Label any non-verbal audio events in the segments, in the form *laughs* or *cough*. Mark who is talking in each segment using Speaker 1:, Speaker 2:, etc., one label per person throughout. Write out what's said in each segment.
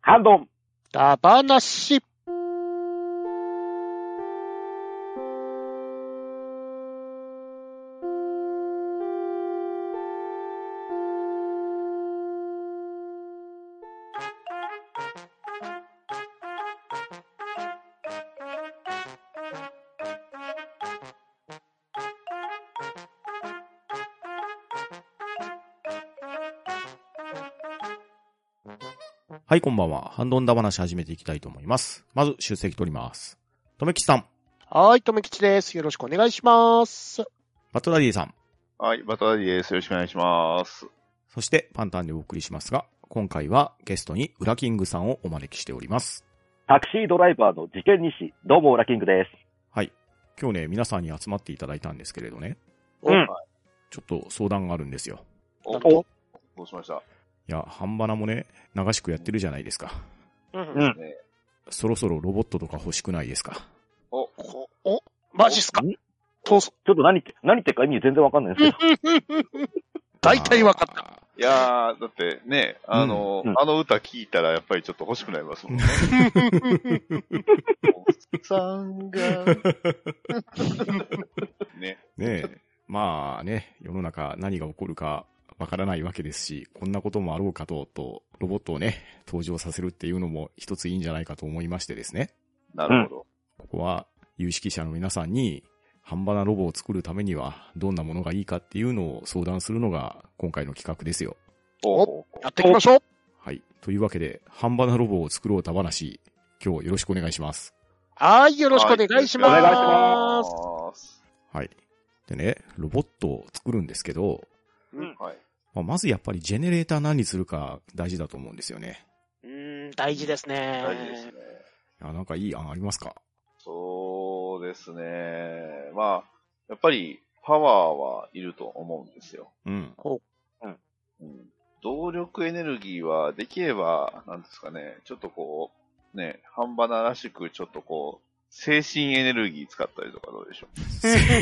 Speaker 1: ハンドン。
Speaker 2: ダバナシ。
Speaker 3: はい、こんばんは。ハンドンダ話始めていきたいと思います。まず、出席取ります。とめきちさん、
Speaker 2: はい、とめきちです。よろしくお願いします。
Speaker 3: バトラディさん、
Speaker 1: はい、バタダディです。よろしくお願いします。
Speaker 3: そしてパンタンでお送りしますが、今回はゲストにウラキングさんをお招きしております。
Speaker 4: タクシードライバーの事件日誌、どうも、ラキングです。
Speaker 3: はい。今日ね、皆さんに集まっていただいたんですけれどね、
Speaker 2: お
Speaker 4: うん
Speaker 3: ちょっと相談があるんですよ。
Speaker 1: お、
Speaker 2: お
Speaker 1: どうしました
Speaker 3: いや、半ばなもね、流しくやってるじゃないですか。
Speaker 2: うん。
Speaker 1: ね
Speaker 3: そろそろロボットとか欲しくないですか。
Speaker 1: お、
Speaker 2: お、お、マジっすか
Speaker 4: ん
Speaker 2: そうそ
Speaker 4: ちょっと何言って、何言ってるか意味全然わかんないんですけど。
Speaker 2: 大体わかった。
Speaker 3: た。
Speaker 1: いやー、だってね、あの、
Speaker 4: うんうん
Speaker 1: あの歌聞いたらやっぱりちょっと欲しくなりますも
Speaker 2: *laughs*
Speaker 1: んね。おっさ
Speaker 2: *laughs*
Speaker 1: んが。ね。
Speaker 3: ねえ。まあね、世の中何が起こるかわからないわけですし、こんなこともあろうかと、と、ロボットをね、登場させるっていうのも一ついいんじゃないかと思いましてですね。
Speaker 1: なるほど。
Speaker 3: ここは有識者の皆さんに、半端なロボを作るためには、どんなものがいいかっていうのを相談するのが今回の企画ですよ。
Speaker 1: おお
Speaker 2: やっていきましょう。
Speaker 3: はい。というわけで、半端なロボを作ろうた話、今日よろしくお願いします。
Speaker 2: はい、よろしくお願いします。
Speaker 4: お願いし
Speaker 1: お願いします。
Speaker 3: はい。でね、ロボットを作るんですけど、
Speaker 1: うん、はい。
Speaker 3: まあまずやっぱりジェネレーター何にするか大事だと思うんですよね。
Speaker 2: うーん、大事ですね。
Speaker 1: 大事ですね。
Speaker 3: いや、なんかいい案ありますか
Speaker 1: そうですね。まあ、やっぱりパワーはいると思うんですよ。
Speaker 3: うん。
Speaker 1: うん動力エネルギーはできれば、なんですかね、ちょっとこう、ね、半端ならしく、ちょっとこう、精神エネルギー使ったりとかどうでしょう。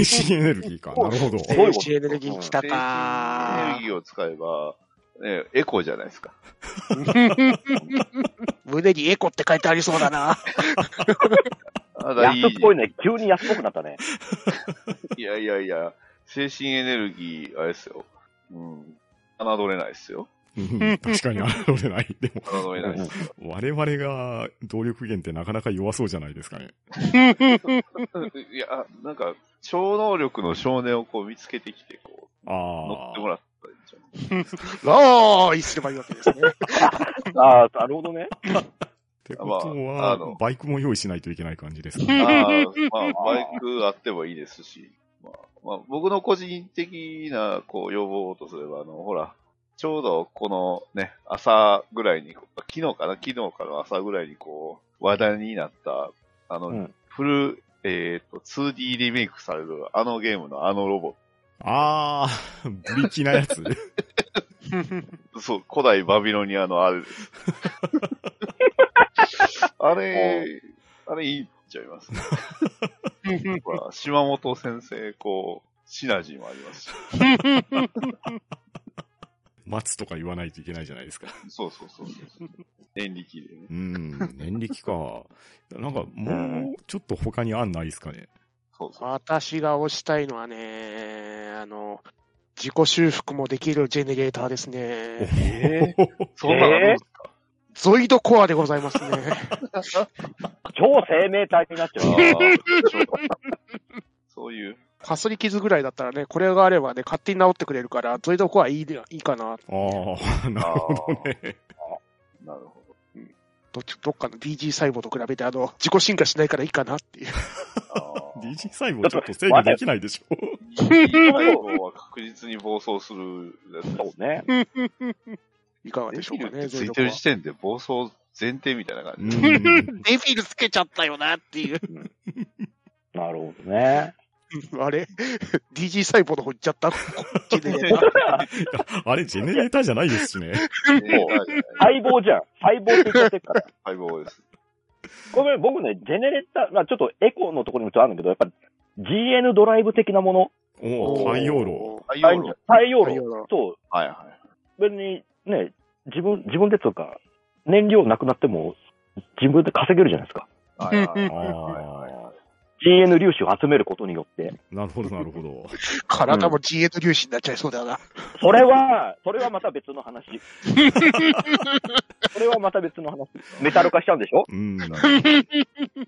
Speaker 3: 精神エネルギー
Speaker 1: *laughs*
Speaker 3: か。なるほど。
Speaker 4: すごいこと
Speaker 2: 精神エネルギー来た
Speaker 1: 精神エネ
Speaker 2: か
Speaker 1: ルギ。ーを使えば、ね、エコじゃないですか。
Speaker 2: 胸にエコって書いてありそうだな。
Speaker 1: あだい
Speaker 4: 安っぽい
Speaker 1: い。
Speaker 4: ね。急に安っぽくなったね。
Speaker 1: いやいやいや、精神エネルギー、あれですよ。うん。侮れないですよ。
Speaker 3: うん確かに現れない。 *laughs* でも、
Speaker 1: 侮れない
Speaker 4: *laughs*
Speaker 1: ですよ。
Speaker 3: 我々が動力源ってなかなか弱そうじゃないですかね。
Speaker 1: いや、なんか、超能力の少年をこう見つけてきて、こう、乗
Speaker 3: あ
Speaker 1: ってもらったりじゃん。
Speaker 2: ローイすればいいわけですね。
Speaker 4: *laughs* ああ、なるほどね。
Speaker 3: ってこと
Speaker 1: まあ
Speaker 3: は
Speaker 1: あの、
Speaker 3: バイクも用意しないといけない感じですか
Speaker 2: うん
Speaker 3: ね。
Speaker 1: あーまあ、バイクあってもいいですし、まあまあ、僕の個人的なこう要望とすれば、あの、ほら、ちょうどこのね、朝ぐらいに、昨日かな、昨日からの朝ぐらいにこう、話題になった、あの、
Speaker 4: うん
Speaker 1: フル、えっ、と、2D リメイクされるあのゲームのあのロボ
Speaker 3: ああ、ブリキなやつ。 *laughs*
Speaker 1: ット。そう、古代バビロニアの
Speaker 4: *laughs*
Speaker 1: あれです。あれ、あれいいっちゃいます、ね。ほら、島本先生、こう、シナジーもありますし。
Speaker 3: 待つとか言わないといけないじゃないですか。
Speaker 1: そうそうそうそう。電力でね。
Speaker 3: うん、念力か。なんか、
Speaker 4: う
Speaker 3: もう、ちょっと他に案ないですかね。
Speaker 1: そうそ
Speaker 2: *laughs*
Speaker 1: う。
Speaker 2: 私が推したいのはね、あの、自己修復もできるジェネレーターですね。
Speaker 1: え
Speaker 3: ー、
Speaker 1: そんなのあるんですか、
Speaker 2: ゾイドコアでございますね。
Speaker 4: 超生命体になっ *laughs* ちゃう。
Speaker 1: あーそうそういう。
Speaker 2: かすり傷ぐらいだったらね、これがあればね、勝手に治ってくれるから、ゾイドコアいいでいいかな。
Speaker 3: ああ、 *laughs* なるほどね。
Speaker 1: なるほど。
Speaker 2: どっちどっかの BG 細胞と比べて、あの、自己進化しないからいいかなっていう。 *laughs*
Speaker 1: あー
Speaker 3: DJ 細胞ちょっと制御できないでしょ。
Speaker 1: 細胞は確実に暴走するやつ
Speaker 4: そうね。
Speaker 2: いかが
Speaker 1: デ
Speaker 2: でしょう
Speaker 1: ビ
Speaker 2: か
Speaker 1: ルっ
Speaker 2: ね、
Speaker 1: て
Speaker 2: ゾ
Speaker 1: つ
Speaker 2: イ
Speaker 1: い
Speaker 2: ド
Speaker 1: て
Speaker 2: コア
Speaker 1: る。時点で暴走前提みたいな感
Speaker 3: う
Speaker 1: じ。
Speaker 3: ん
Speaker 2: *laughs* デビルつけちゃったよなっていう。
Speaker 4: なるほどね。
Speaker 2: あれ ?DG 細胞の方行っちゃったこっち
Speaker 3: *laughs*
Speaker 2: で、ね。
Speaker 3: あれ、ジェネレーターじゃないですしね。
Speaker 1: ね
Speaker 4: 細胞じゃん。細胞って言ってる
Speaker 2: *laughs*
Speaker 4: から。
Speaker 1: 細胞です。
Speaker 4: ごめん、僕ね、ジェネレーター、まあちょっとエコのところにもちょっとあるんだけど、やっぱり GN ドライブ的なもの。
Speaker 3: お *laughs* お、
Speaker 2: おー
Speaker 3: 太陽 *laughs* 炉。
Speaker 1: 太陽炉。
Speaker 4: 太陽
Speaker 2: 太陽炉
Speaker 4: 炉。そ
Speaker 1: はいは
Speaker 4: う。別に、ね、自分、自分でとか、燃料なくなっても、自分で稼げるじゃないですか。
Speaker 1: はいはい
Speaker 3: ああ
Speaker 4: GN 粒子を集めることによって。
Speaker 3: ー。なるほど、なるほど。
Speaker 2: 体も GA と粒子になっちゃいそうだな。
Speaker 4: それは、それはまた別の話。それはまた別の話。メタル化しちゃうんでしょ
Speaker 3: うん、なるほど。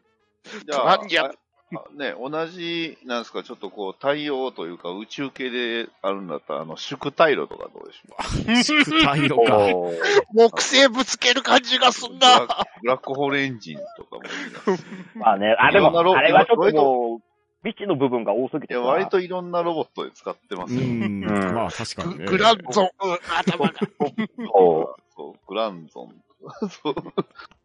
Speaker 1: じゃ *laughs* あ、
Speaker 2: トランギャ
Speaker 1: ああね、同じ、なんですか、ちょっとこう、太陽というか、宇宙系であるんだったら、あの、宿体路とかどうでしょう
Speaker 3: 宿題のか。
Speaker 4: おー
Speaker 2: 木星ぶつける感じがすん
Speaker 1: ブ
Speaker 2: な。
Speaker 1: ラックブラックホールエンジンとかもいいな。い
Speaker 4: まあね、あ、で
Speaker 1: いろんなロ
Speaker 4: も、あれはちょっともう、未知の部分が多すぎて
Speaker 1: や、
Speaker 4: さ。
Speaker 1: 割といろんなロボットで使ってます
Speaker 3: う
Speaker 1: よ。
Speaker 3: ん、まあ確かにね。
Speaker 2: グランゾン、うん *laughs* 頭が。
Speaker 4: そ
Speaker 1: そう、グランゾン *laughs* とか、そう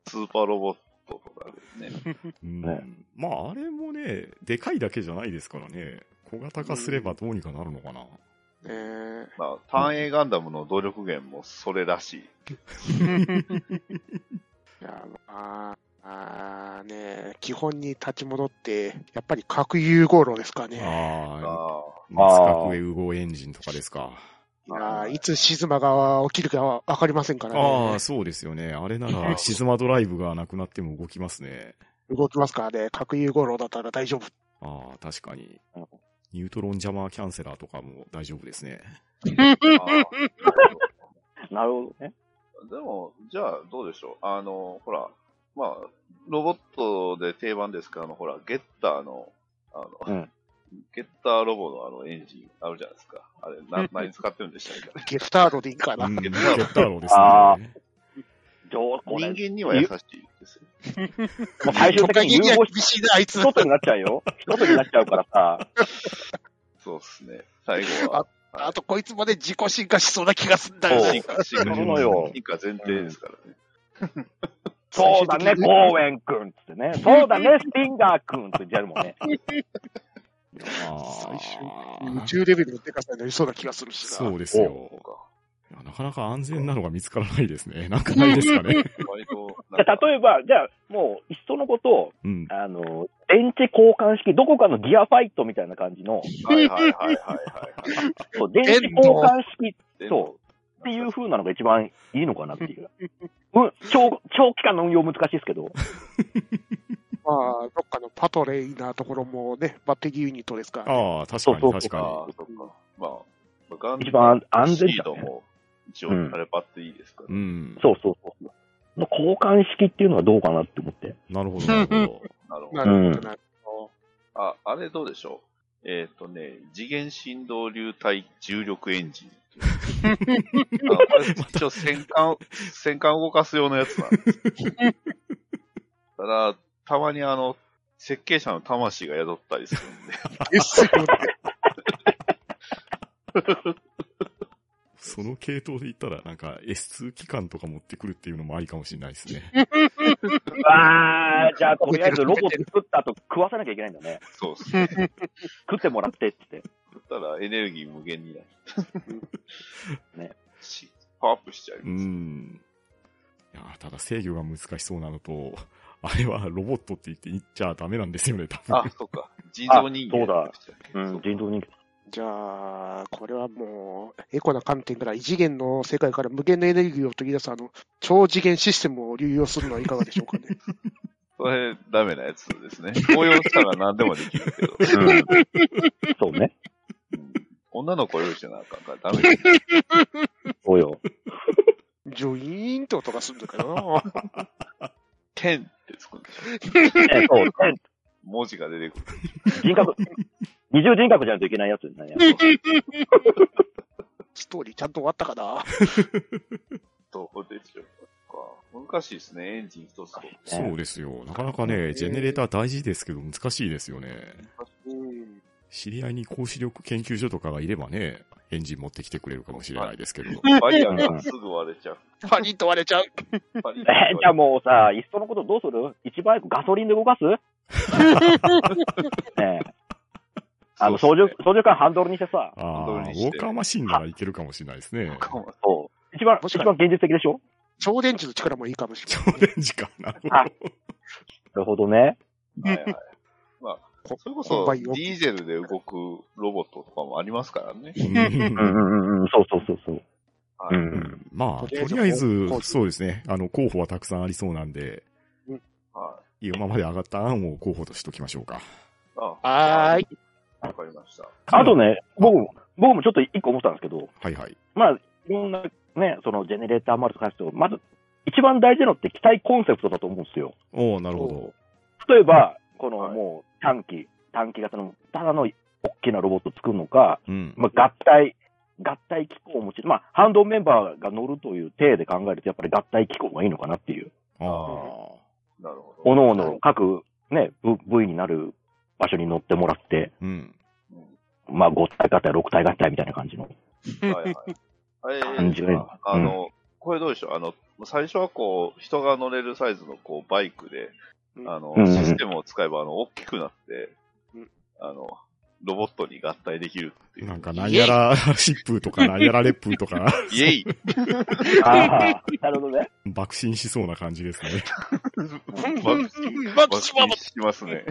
Speaker 1: スーパーロボットとかですね。
Speaker 3: うん
Speaker 4: ね
Speaker 3: まああれもね、でかいだけじゃないですからね。小型化すればどうにかなるのかな。
Speaker 2: えー
Speaker 1: まあ、単影ガンダムの動力源もそれらしい。
Speaker 2: いやまあ、あーねえ基本に立ち戻って、やっぱり核融合炉ですかね。
Speaker 3: ああ、
Speaker 1: あ
Speaker 3: マスカクエウゴエンジンとかですか。
Speaker 2: いやいつ沈まが起きるかわかりませんから
Speaker 3: ああ
Speaker 2: ね
Speaker 3: ー、。そうですよね。あれなら、シズマドライブがなくなっても動きますね。
Speaker 2: 動きますからね。核融合炉だったら大丈夫。
Speaker 3: ああ、確かに
Speaker 4: うん。
Speaker 3: ニュートロンジャマーキャンセラーとかも大丈夫ですね。
Speaker 1: ーあー。
Speaker 4: う。なるほどね。
Speaker 1: でも、じゃあ、どうでしょう。あの、ほら、まあ、ロボットで定番ですから、あの、ほら、ゲッターの、あの、
Speaker 4: うん
Speaker 1: ゲッターロボのあのエンジンあるじゃないですか。あれ、な何使ってるんでしたっけ
Speaker 2: ゲフターロでいいか
Speaker 3: う
Speaker 2: な。
Speaker 3: ん、ゲ
Speaker 1: ゲッ
Speaker 3: ッ
Speaker 1: ターロ
Speaker 3: ターロです
Speaker 4: あ
Speaker 3: ね。
Speaker 4: 上こ
Speaker 1: 人
Speaker 4: れ、
Speaker 1: 間には優しいですよ。
Speaker 4: もう最終的に
Speaker 2: トカゲに
Speaker 4: 融
Speaker 2: は
Speaker 4: 合し
Speaker 2: 厳しいな、あいつ。
Speaker 4: 一つになっちゃうよ。一つになっちゃうからさ。
Speaker 1: そうですね。最後は。
Speaker 2: あとこいつまで自己進化しそうな気がすんだよ
Speaker 4: そう
Speaker 1: 進
Speaker 2: ね。
Speaker 1: 化、進化、
Speaker 4: そうなのよ
Speaker 1: 進化前提ですからね。
Speaker 4: そうだね、
Speaker 2: 最終的に
Speaker 4: ゴーウェン君っつってね。そうだね、スティンガー君って言っちゃうもんね。
Speaker 3: あ
Speaker 2: 最
Speaker 3: あ
Speaker 2: 宇宙レベルのデカさになりそうな気がするしな。
Speaker 3: そうですよ
Speaker 1: そう。か
Speaker 3: いやなかなか安全なのが見つからないですね。 *laughs* なんかないですかね。
Speaker 1: 割と、
Speaker 4: じゃあ例えば、じゃあ、もう、いっそのこと、
Speaker 3: うん。
Speaker 4: あの、電池交換式、どこかのギアファイトみたいな感じの、
Speaker 1: はいはいはいはいはいはい。。
Speaker 4: そう電池交換式、そうう、っていう風なのが一番いいのかなっていう。うん、長長期間の運用難しいですけど、
Speaker 2: まあ、どっかのパトレイなところもね、バッテリーユニットですから、ね。
Speaker 3: ああ、確かに
Speaker 4: そう
Speaker 3: 確
Speaker 1: あ
Speaker 3: か
Speaker 1: あ、そっか。まあ、ガン
Speaker 4: 一番安全
Speaker 1: シ
Speaker 4: だ
Speaker 1: ード
Speaker 4: ね。
Speaker 1: も、一応、
Speaker 4: うん
Speaker 1: あれバッテリーですか
Speaker 3: に。
Speaker 1: ら
Speaker 3: う
Speaker 1: ね。
Speaker 3: ん。
Speaker 4: そうそうそう。の交換式っていうのはどうかなって思って。
Speaker 3: なるほど、なるほど。
Speaker 1: なるほど
Speaker 2: な。るほどなるほ
Speaker 1: あ、あれどうでしょうえっ、とね、次元振動流体重力エンジン。あこれ一応戦艦、戦艦動かす用のやつなんですよ。ただ、たまにあの、設計者の魂が宿ったりするんで、
Speaker 2: ど。 *laughs* ですよね。
Speaker 3: その系統で言ったら、なんか S2 機関とか持ってくるっていうのもありかもしれないですね。
Speaker 4: あー、じゃあ、とりあえずロボット作った後食わさなきゃいけないんだね。
Speaker 1: そうですね。
Speaker 4: 食ってもらってって言って。
Speaker 1: ただ、エネルギー無限になる。
Speaker 4: ね
Speaker 1: し。パワーアップしちゃいうます。
Speaker 3: ん。いやー、ただ制御が難しそうなのと、あれはロボットって言って言っちゃダメなんですよね、多
Speaker 1: あ
Speaker 3: 分。、
Speaker 1: そっか。人造人間。
Speaker 4: あう
Speaker 1: そ
Speaker 4: ん、
Speaker 1: っか
Speaker 4: 人造人間。
Speaker 2: じゃあ、これはもう、エコな観点から異次元の世界から無限のエネルギーを取り出す、あの、超次元システムを流用するのはいかがでしょうか *laughs* ね。
Speaker 1: それ、ダメなやつですね。応用したら何でもできるけど。
Speaker 4: うん *laughs* そうね。
Speaker 1: 女の子用意してなあかんからダメです。
Speaker 4: そうよ。
Speaker 2: ジョイーンって音がするのかな。
Speaker 1: 剣ってつくんでしょ。
Speaker 4: *laughs* えそう。え
Speaker 1: 文字が出てくる。
Speaker 4: 人 *laughs* 格、二重人格じゃないといけないやつですね。
Speaker 2: ストーリーちゃんと終わったかな。
Speaker 1: どうでしょうか。難しいですね。エンジン一つと。
Speaker 3: そうですよ。なかなかね、ジェネレーター大事ですけど難しいですよね。
Speaker 2: うん。
Speaker 3: 知り合いに高視力研究所とかがいればね、エンジン持ってきてくれるかもしれないですけど。
Speaker 1: バリアがすぐ割れちゃう。
Speaker 2: パリッと割れちゃう。
Speaker 1: バリア
Speaker 4: えじゃあもうさ、いっそのことどうする一番よくガソリンで動かすねえ。あの、操縦、操縦桿ハンドルにしてさ、
Speaker 3: ああ、ウ
Speaker 1: 本当にして
Speaker 3: ォーカーマシンならいけるかもしれないですね。
Speaker 4: そう。一番、
Speaker 2: もし
Speaker 4: 一
Speaker 2: か
Speaker 4: 番現実的でしょ
Speaker 2: 超電池の力もいいかもしれ
Speaker 3: 超
Speaker 2: ない。
Speaker 3: 電磁か。なるほ
Speaker 4: あなるほどね。
Speaker 1: はいはい。まあ、
Speaker 2: こ
Speaker 1: それこそ、
Speaker 2: コンバ
Speaker 1: デ
Speaker 2: インを
Speaker 1: ィーゼルで動くロボットとかもありますからね。
Speaker 3: ど。
Speaker 4: うんうんうんうん、そうそうそうそう。
Speaker 1: はい
Speaker 4: うん。
Speaker 3: まあ、
Speaker 2: とりあえ
Speaker 3: と
Speaker 2: ず
Speaker 3: りあえず
Speaker 2: 候補、
Speaker 3: そうですね。あの、候補はたくさんありそうなんで、
Speaker 1: は
Speaker 3: 今まで上がった案を候補としときましょうか。
Speaker 1: い。あ
Speaker 2: はーい。
Speaker 1: わかりました。
Speaker 4: あとね、僕も、僕もちょっと一個思ったんですけど、
Speaker 3: はいはい。
Speaker 4: まあ、いろんなね、そのジェネレーターマルと話してもまず、一番大事なのって機体コンセプトだと思うんですよ。
Speaker 3: おおなるほ
Speaker 2: お
Speaker 3: ど。
Speaker 4: 例えば、この
Speaker 1: はい
Speaker 4: もう短期、短期型の、ただの大きなロボット作るのか、
Speaker 3: うん。
Speaker 4: まあ、合体、合体機構を用いて、まあ、ハンドメンバーが乗るという体で考えると、やっぱり合体機構がいいのかなっていう。
Speaker 3: ああ。
Speaker 1: なるほど。
Speaker 4: 各々各、ね、部部位になる場所に乗ってもらって、
Speaker 3: うん。
Speaker 4: まあ、5体合体、6体合体みたいな感じの。
Speaker 1: はいはい。あ
Speaker 4: 感じがいいな
Speaker 1: あの、これどうでしょうあの、最初はこう、人が乗れるサイズのこう、バイクで、
Speaker 2: うん
Speaker 1: あの、
Speaker 4: うん
Speaker 1: システムを使えば、あの、大きくなって
Speaker 2: うん、
Speaker 1: あの、ロボットに合体できるっていう。
Speaker 3: なんか、なんやら疾風とか、なんやら烈風とか、
Speaker 1: イエイ
Speaker 4: あ *laughs* あ、なるほどね。
Speaker 3: 爆心しそうな感じですね。
Speaker 1: 爆心
Speaker 5: 爆心は
Speaker 1: しますね。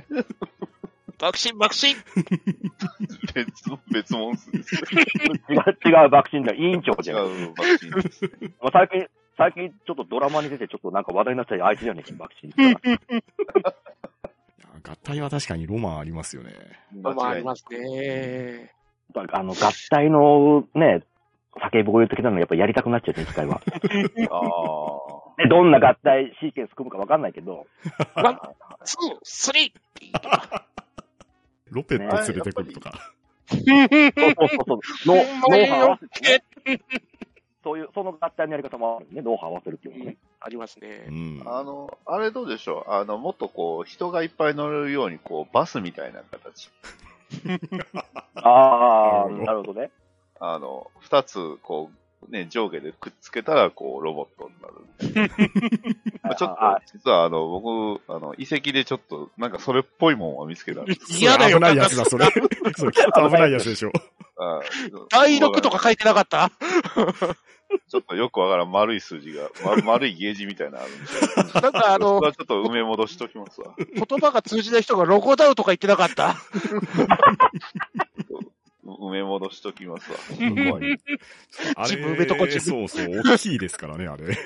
Speaker 5: 爆心、爆心
Speaker 1: 別の、別物っすね。
Speaker 4: 違う、違う爆心だ。委員長
Speaker 1: 違
Speaker 4: じゃん。
Speaker 1: う爆心です。
Speaker 4: まあ、最近、最近ちょっとドラマに出て、ちょっとなんか話題になってたあいつじゃねえか、爆心。
Speaker 3: 合体は確かにロマンありますよね。
Speaker 2: まあ、あり
Speaker 1: 間違いない
Speaker 2: ますね。
Speaker 4: あの、合体のね、叫び声的なのやっぱやりたくなっちゃうね、一回は。
Speaker 1: あ
Speaker 4: で、どんな合体シーケンス組むかわかんないけど、
Speaker 2: ワン、
Speaker 5: ツー、スリ
Speaker 3: ロペット連れてくるとか。
Speaker 4: そうそうそうそう、
Speaker 1: *laughs*
Speaker 5: ほ
Speaker 4: の
Speaker 5: んま
Speaker 4: 脳
Speaker 5: に
Speaker 4: 波合わせて、ね
Speaker 5: え、
Speaker 4: そういう、その合体のやり方もあるね、脳波合わせるっていうのね。
Speaker 2: あります
Speaker 3: う
Speaker 2: ね。
Speaker 3: ん。
Speaker 1: あの、あれどうでしょうあの、もっとこう、人がいっぱい乗れるように、こう、バスみたいな形。
Speaker 4: ああ、
Speaker 3: な
Speaker 4: なるほどね。
Speaker 1: あの、二つ、こう、ね、上下でくっつけたら、こう、ロボットになるみたいな。まあちょっ
Speaker 4: *laughs* あ
Speaker 1: と、実はあの、僕、あの、遺跡でちょっと、なんかそれっぽいもんは見つけたん
Speaker 2: *laughs*
Speaker 1: です。
Speaker 3: それ
Speaker 5: 嫌だよ
Speaker 3: 危ないやつだ、それ。それきっと危ないやつでしょ。
Speaker 1: あ
Speaker 2: 第6と。か書いてなかった
Speaker 1: ちょっとよくわからん丸い数字が、ま丸いゲージみたいなのあるんですよ。
Speaker 2: なんかあ
Speaker 1: そ
Speaker 2: の
Speaker 1: れ、はちょっと埋め戻しときますわ。
Speaker 2: 言葉が通じない人がロゴダウとか言ってなかった
Speaker 1: 埋め戻しときますわ。
Speaker 3: うまい。あ
Speaker 2: *laughs* 自分上とこ自
Speaker 3: そうそう、大きいですからね、あれ。
Speaker 2: *laughs*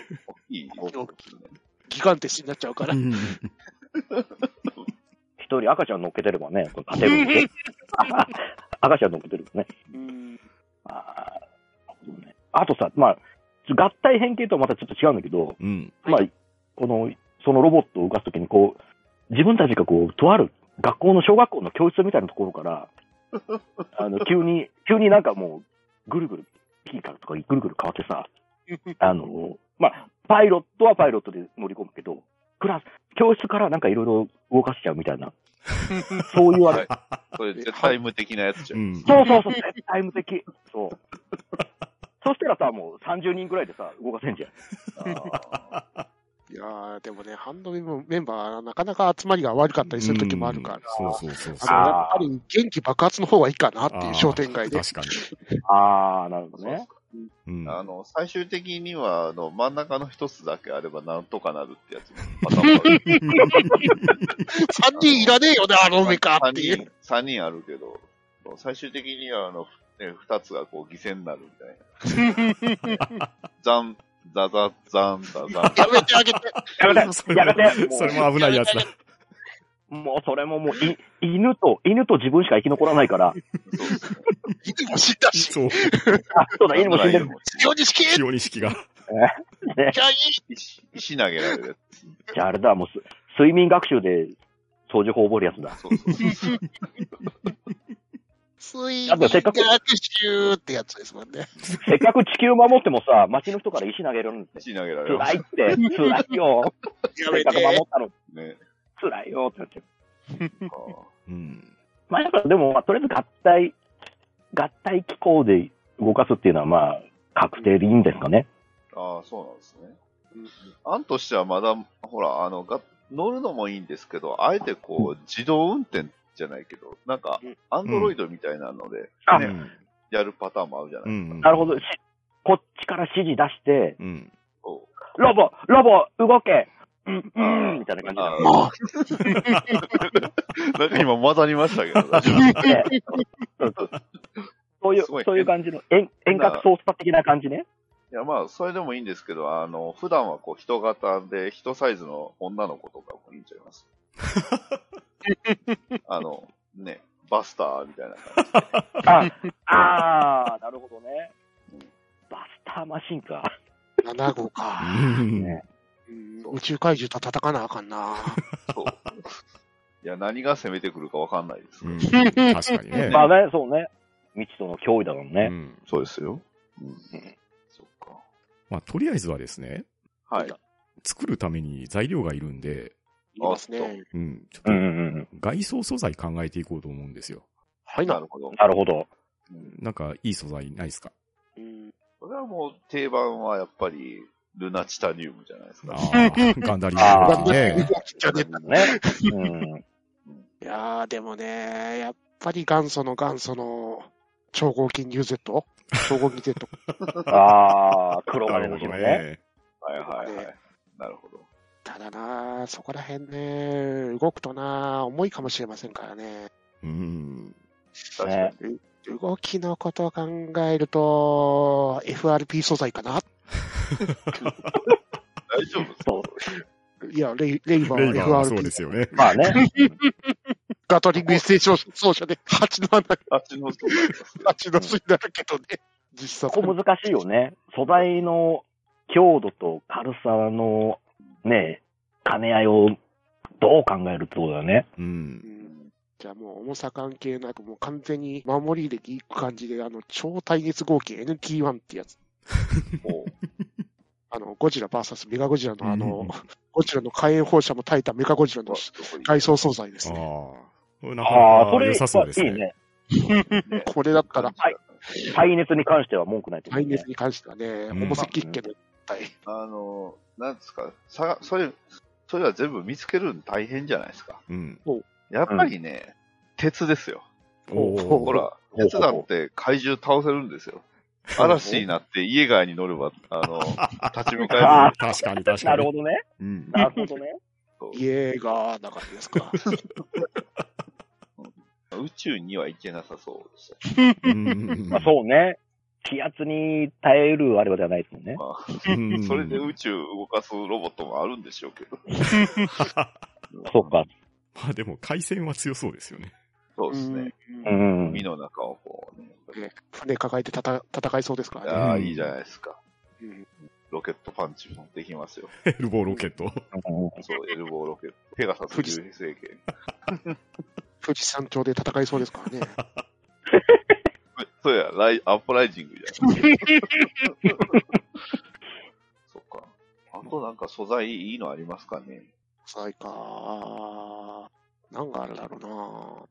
Speaker 1: いいロボットですね。
Speaker 2: ギガンテスになっちゃうから。
Speaker 4: 一人赤ちゃん乗っけてればね、この建物で赤ちゃん乗っけてればね。
Speaker 2: うん
Speaker 4: あーあとさ、まあ、合体変形とはまたちょっと違うんだけど、
Speaker 3: うん。
Speaker 4: まあ、この、そのロボットを動かすときに、こう、自分たちがこう、とある学校の小学校の教室みたいなところ *laughs* から、あの、急に、急になんかもう、ぐるぐる、ピーカルとかぐるぐる変わって *laughs* さ、あの、まあ、パイロットはパイロットで乗り込むけど、クラス、教室からなんかいろいろ動かしちゃうみたいな、そういうあれ、
Speaker 1: それ絶対無敵なやつじゃ。
Speaker 3: うんん。
Speaker 4: そうそうそう、絶対無敵。 *laughs* そう。そしたらさ、もう30人ぐらいでさ、動かせんじゃん。
Speaker 1: あ
Speaker 2: いやーでもね、ハンドメンメンバー、なかなか集まりが悪かったりする時もあるから、
Speaker 3: うんそうそうそうそう。
Speaker 2: あのや
Speaker 4: あー
Speaker 2: っぱり元気爆発の方がいいかなってい
Speaker 3: あー
Speaker 2: う商店街で。
Speaker 3: 確か
Speaker 4: あー、なるほどね。
Speaker 3: に。うん
Speaker 1: ーあの、最終的には、あの、真ん中の一つだけあればなんとかなるってや
Speaker 4: *laughs*
Speaker 1: つのパターンもある。
Speaker 2: 3人いらねえよね、あのメカってい
Speaker 1: 3
Speaker 2: う。
Speaker 1: 人、三人あるけど、最終的には、あの、ね、2つがこう犠牲になるみたいな。
Speaker 4: *laughs*
Speaker 1: ザン、ザザ、ザン、ザザ
Speaker 2: や
Speaker 1: ン。
Speaker 2: めてあげて。
Speaker 4: やめて
Speaker 3: それ
Speaker 4: やめて
Speaker 3: もそれも危ないやつだ。
Speaker 4: もうそれももうい、犬と、犬と自分しか生き残らないから、
Speaker 1: そうですね。
Speaker 2: 犬も死んだし、
Speaker 3: そう、
Speaker 4: あ、そうだ、犬も死ん
Speaker 1: *laughs*
Speaker 4: でる。
Speaker 2: 強にしき
Speaker 3: 気温意識が。
Speaker 2: じゃあいい
Speaker 1: 石石投げられる
Speaker 4: じゃああれだ、もうす睡眠学習で掃除法覚えるやつ
Speaker 1: や *laughs*
Speaker 4: だ
Speaker 1: つ。。そうそう
Speaker 4: *laughs*
Speaker 1: そう。
Speaker 2: *laughs* 水
Speaker 4: あ
Speaker 2: 面
Speaker 4: とせっかく
Speaker 2: 学習ってやつですもんね。
Speaker 4: せっかく地球守ってもさ、街の人から石投げられるんですよ。
Speaker 1: 石投げられま
Speaker 4: 辛
Speaker 1: す
Speaker 4: いって、辛いよ。
Speaker 2: や
Speaker 4: せっ
Speaker 2: め
Speaker 4: かく守っ
Speaker 2: て。
Speaker 4: たの、
Speaker 1: ね。
Speaker 4: 辛いよってなっちゃう。
Speaker 3: うん。
Speaker 4: まあやっぱでも、まあ、とりあえず合体、合体機構で動かすっていうのはまあ、確定でいいんですかね。
Speaker 1: ああ、そうなんですね。案としてはまだ、ほら、あの、が乗るのもいいんですけど、あえてこう、自動運転じゃないけど、なんか
Speaker 2: うん、
Speaker 1: アンドロイドみたいなので、
Speaker 4: あ
Speaker 1: ね、やるパターンもあるじゃない
Speaker 3: うんうん
Speaker 4: なるほど。しこっちから指示出して、
Speaker 3: うん。
Speaker 1: そ
Speaker 4: ロボ、ロボ、動けうん、うん、みたいな感じで
Speaker 1: あ。ー
Speaker 2: も
Speaker 1: *laughs* なんか今混ざりましたけ
Speaker 3: *laughs*
Speaker 1: ど、大丈夫
Speaker 4: *laughs* ねそうそうそういう、
Speaker 1: すごい
Speaker 4: そういう感じの遠遠隔操作的な感じね。
Speaker 1: いや、まあ、それでもいいんですけど、あの、普段はこう、人型で、人サイズの女の子とかもいいんちゃい
Speaker 3: *laughs*
Speaker 1: ますあの、ね、バスターみたいな感じで。
Speaker 4: あ、あー、なるほどね。バスターマシンか。
Speaker 2: 7号
Speaker 3: う
Speaker 2: か。
Speaker 3: ん
Speaker 4: ね
Speaker 2: うん宇宙怪獣と戦わなあかんな。
Speaker 1: そう。いや、何が攻めてくるかわかんないです
Speaker 3: う
Speaker 1: けど
Speaker 3: ん確かに
Speaker 4: *laughs*
Speaker 3: ね。
Speaker 4: まあね、そうね。未知との脅威だもん
Speaker 3: う
Speaker 4: ね。
Speaker 3: ん
Speaker 1: そうですよ。うん。そっか。
Speaker 3: まあ、とりあえずはですね、
Speaker 1: はい。
Speaker 3: 作るために材料がいるんで、
Speaker 2: 言います
Speaker 1: あ
Speaker 2: ね。
Speaker 3: うん、ちょっ
Speaker 4: うんう
Speaker 3: と
Speaker 4: んうん。
Speaker 3: 外装素材考えていこうと思うんですよ。
Speaker 2: はい
Speaker 1: な
Speaker 2: な。
Speaker 1: るほど。
Speaker 4: なるほど。
Speaker 1: うん
Speaker 3: なんかいい素材ないですか
Speaker 2: うん
Speaker 1: それはもう、定番はやっぱり、ルナチタニウムじゃないですか
Speaker 3: あ。あ、ガンダリアの時ね。
Speaker 4: ね。うん。
Speaker 2: いやー、でもね、やっぱり元祖の元祖の超合金 UZ? 超合金
Speaker 3: *laughs*
Speaker 2: Z?
Speaker 4: ああ、黒金の島ね。
Speaker 3: ね。
Speaker 1: はいはいはい。なるほど。
Speaker 2: ただなー、そこら辺ね、動くとなー、重いかもしれませんからね。
Speaker 3: うん。
Speaker 1: 確かに。
Speaker 2: 動きのことを考えると、FRP 素材かな
Speaker 1: 大丈夫です
Speaker 4: そう。
Speaker 2: いや、レイレイバ
Speaker 3: レイ
Speaker 2: ー
Speaker 3: バーは
Speaker 2: は
Speaker 3: そうで
Speaker 2: FRP。
Speaker 3: すよね。
Speaker 4: まあね。
Speaker 2: ガトリングステーション奏者で、蜂の穴、
Speaker 1: あっちの人がいますね
Speaker 2: 蜂の巣になるけどね。実際、
Speaker 4: ここ難しいよね。素材の強度と軽さのね、兼ね合いをどう考えるってことだよね。
Speaker 3: う。
Speaker 2: うんんじゃあもう重さ関係なく、もう完全に守りでいく感じで、あの、超耐熱合金 NT1 ってやつ。
Speaker 1: も
Speaker 2: あの、ゴジラ VS メガゴジラのあ
Speaker 3: うん
Speaker 2: の、ゴジラの火炎放射も耐えたメガゴジラ
Speaker 1: う、ま
Speaker 2: の
Speaker 1: あどこに
Speaker 2: 外装素材で
Speaker 3: あ
Speaker 2: す
Speaker 3: あ
Speaker 2: ね。。
Speaker 3: これなか
Speaker 4: ああ、
Speaker 3: な
Speaker 4: そ
Speaker 3: か
Speaker 4: れ
Speaker 3: 良さそうです
Speaker 4: いい
Speaker 3: ね。
Speaker 4: ね。
Speaker 1: ね
Speaker 2: これだったら、
Speaker 4: はい耐熱に関しては文句ないってこと
Speaker 2: 耐
Speaker 4: ね。
Speaker 2: 熱に関してはね、
Speaker 3: うん
Speaker 2: 重さきっけの一体。
Speaker 1: あの、なんですか、さそれ、それは全部見つけるの大変じゃないですか。
Speaker 3: うん。
Speaker 1: やっぱりね、鉄ですよ。
Speaker 3: お
Speaker 2: ほう
Speaker 1: ほ
Speaker 3: お。
Speaker 1: ら、鉄だって怪獣倒せるんですよ。嵐になって家側に乗れば、あ *laughs* の、立ち向かえ
Speaker 4: あ
Speaker 1: る。
Speaker 3: 確かに確かに。
Speaker 4: なるほどね。
Speaker 3: うん。
Speaker 4: なるほど
Speaker 1: *laughs*
Speaker 4: ね。
Speaker 2: イエーガーな感じですか。
Speaker 1: 宇宙には行けなさそうでしたけ
Speaker 3: うん
Speaker 4: まあそうね。気圧に耐えるあれはではないですもんね。
Speaker 1: ど。ま
Speaker 3: う
Speaker 1: あ、
Speaker 3: ん。
Speaker 1: それで宇宙動かすロボットもあるんでしょうけど。
Speaker 4: *laughs* そうか。
Speaker 3: まあでも、海鮮は強そうですよね。 *laughs*
Speaker 1: そうですね。
Speaker 2: うん
Speaker 4: うん。
Speaker 1: 海の中をこうね。
Speaker 2: ね船抱えてたた戦いそうですか
Speaker 1: い
Speaker 2: らね。
Speaker 1: やーいいじゃないですか。
Speaker 2: うん
Speaker 1: ロケットパンチもできま
Speaker 2: *laughs*
Speaker 1: すよ。
Speaker 3: エルボーロケット。
Speaker 1: そう、エルボーロケット。ペガサス流星拳。
Speaker 4: *laughs*
Speaker 2: 富士山頂で戦いそうですからね。
Speaker 1: そうや、ライアップライジングじゃん。
Speaker 4: *laughs*
Speaker 1: そっか。あとなんか素材いいのありますかね。
Speaker 2: 素材か。なんかあるだろうな。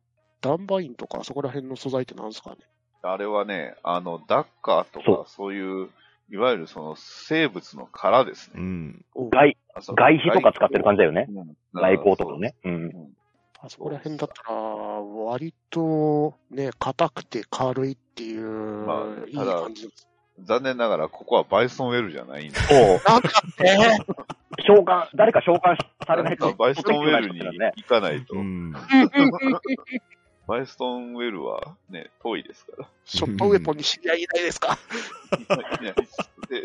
Speaker 2: ダンバインとか、そこら辺の素材ってなんですかね。
Speaker 1: あれはね、あの、ダッカーと
Speaker 4: そ
Speaker 1: か、そういう、いわゆるその生物の殻です
Speaker 3: う
Speaker 1: ね。
Speaker 3: ん。
Speaker 4: 外、
Speaker 1: あその
Speaker 4: 外皮とか使ってる感じだよね。
Speaker 1: じ。うん
Speaker 4: 外交とかね。。うん。
Speaker 2: あそこら辺だったら、割とね、硬くて軽いっていう、
Speaker 1: まあ
Speaker 2: いい
Speaker 1: ただ
Speaker 2: 感じです。
Speaker 1: 残念ながら、ここはバイソンウェルじゃないんで。
Speaker 4: そう。
Speaker 1: *laughs*
Speaker 2: なんだって
Speaker 4: 召喚、誰か召喚されない
Speaker 1: *laughs*
Speaker 4: と。
Speaker 1: バイソンウェルに
Speaker 4: ね。
Speaker 1: 行かないと
Speaker 3: *laughs* う。ん。
Speaker 1: バイソンウェルはね、遠いですから。
Speaker 2: ショットウェポンに知り合いいないですか
Speaker 1: いないいないですで
Speaker 3: い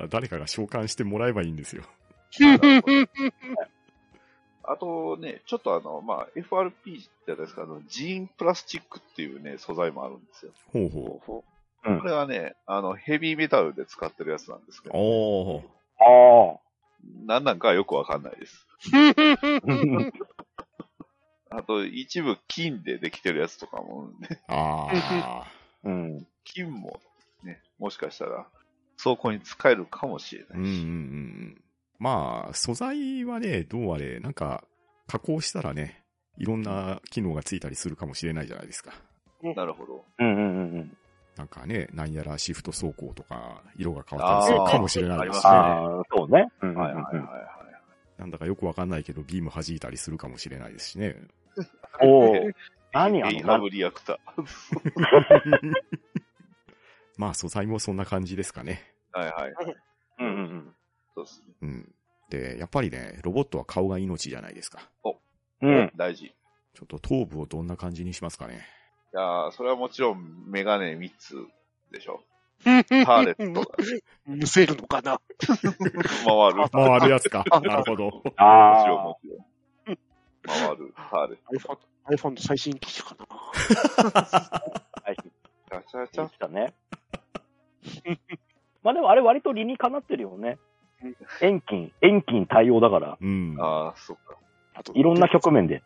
Speaker 3: や、誰かが召喚してもらえばいいんですよ。
Speaker 1: あとね、ちょっとあの、まあ、FRP じゃないですか、あの、ジーンプラスチックっていうね、素材もあるんですよ。
Speaker 3: ほう
Speaker 4: う
Speaker 3: ほ
Speaker 4: ん
Speaker 1: これはね、あの、ヘビーメタルで使ってるやつなんですけ
Speaker 3: う。
Speaker 1: ど、
Speaker 3: お
Speaker 4: あ
Speaker 3: お。
Speaker 1: *laughs* 何なんかはよくわかんないです。
Speaker 4: あ。
Speaker 1: あと、一部金でできてるやつとかも、ね、 *laughs*
Speaker 3: あ
Speaker 4: うん。
Speaker 1: 金もね、もしかしたら、倉庫に使えるかもしれ
Speaker 3: あ。
Speaker 1: な
Speaker 3: うんうんうんう
Speaker 1: いし、
Speaker 3: ん。まあ、素材はね、どうあれ、なんか、加工したらね、いろんな機能がついたりするかもしれないじゃないですか。
Speaker 1: なるほど。
Speaker 4: うんうんうん。
Speaker 3: なんかね、なんやらシフト走行とか、色が変わったりするかもしれないですし
Speaker 1: あー
Speaker 3: ね。
Speaker 4: ああ、そうね。うん
Speaker 1: はいはいはいはい。
Speaker 3: なんだかよくわかんないけど、ビーム弾いたりするかもしれないですし
Speaker 1: *laughs*
Speaker 3: ね。
Speaker 4: おお。何あ
Speaker 1: エイハ
Speaker 4: の、
Speaker 1: ブリアクタ
Speaker 3: まあ、素材もそんな感じですかね。
Speaker 1: ー。はいはい。
Speaker 4: うんうん
Speaker 1: そうですね。
Speaker 3: うん。で、やっぱりね、ロボットは顔が命じゃないですか。
Speaker 4: うん。うん。
Speaker 1: 大事。い
Speaker 3: ちょっと頭部を
Speaker 1: *laughs*
Speaker 3: どんな感じにしますかね。
Speaker 1: やーそれはもちろん、メガネ3つでしょ。ハーレットが
Speaker 2: むせるのかな。
Speaker 1: 回る。
Speaker 3: 回るやつ *laughs* か。なるほど。
Speaker 1: もちろん、
Speaker 4: ああ
Speaker 1: も。ちろん。回る、ハーレッ
Speaker 2: iPhone, iPhone の最新機種かな。
Speaker 4: はい。
Speaker 1: ト。チャチ
Speaker 4: そ
Speaker 1: ャ
Speaker 4: う
Speaker 1: チ
Speaker 4: でしたね。 *laughs* まあでもあれ割と理にかなってるよね
Speaker 2: うん。
Speaker 4: 遠近、遠近対応だから、
Speaker 3: うん
Speaker 1: ャ。。ああ、そっか。
Speaker 2: あと
Speaker 4: いろんな局。面で。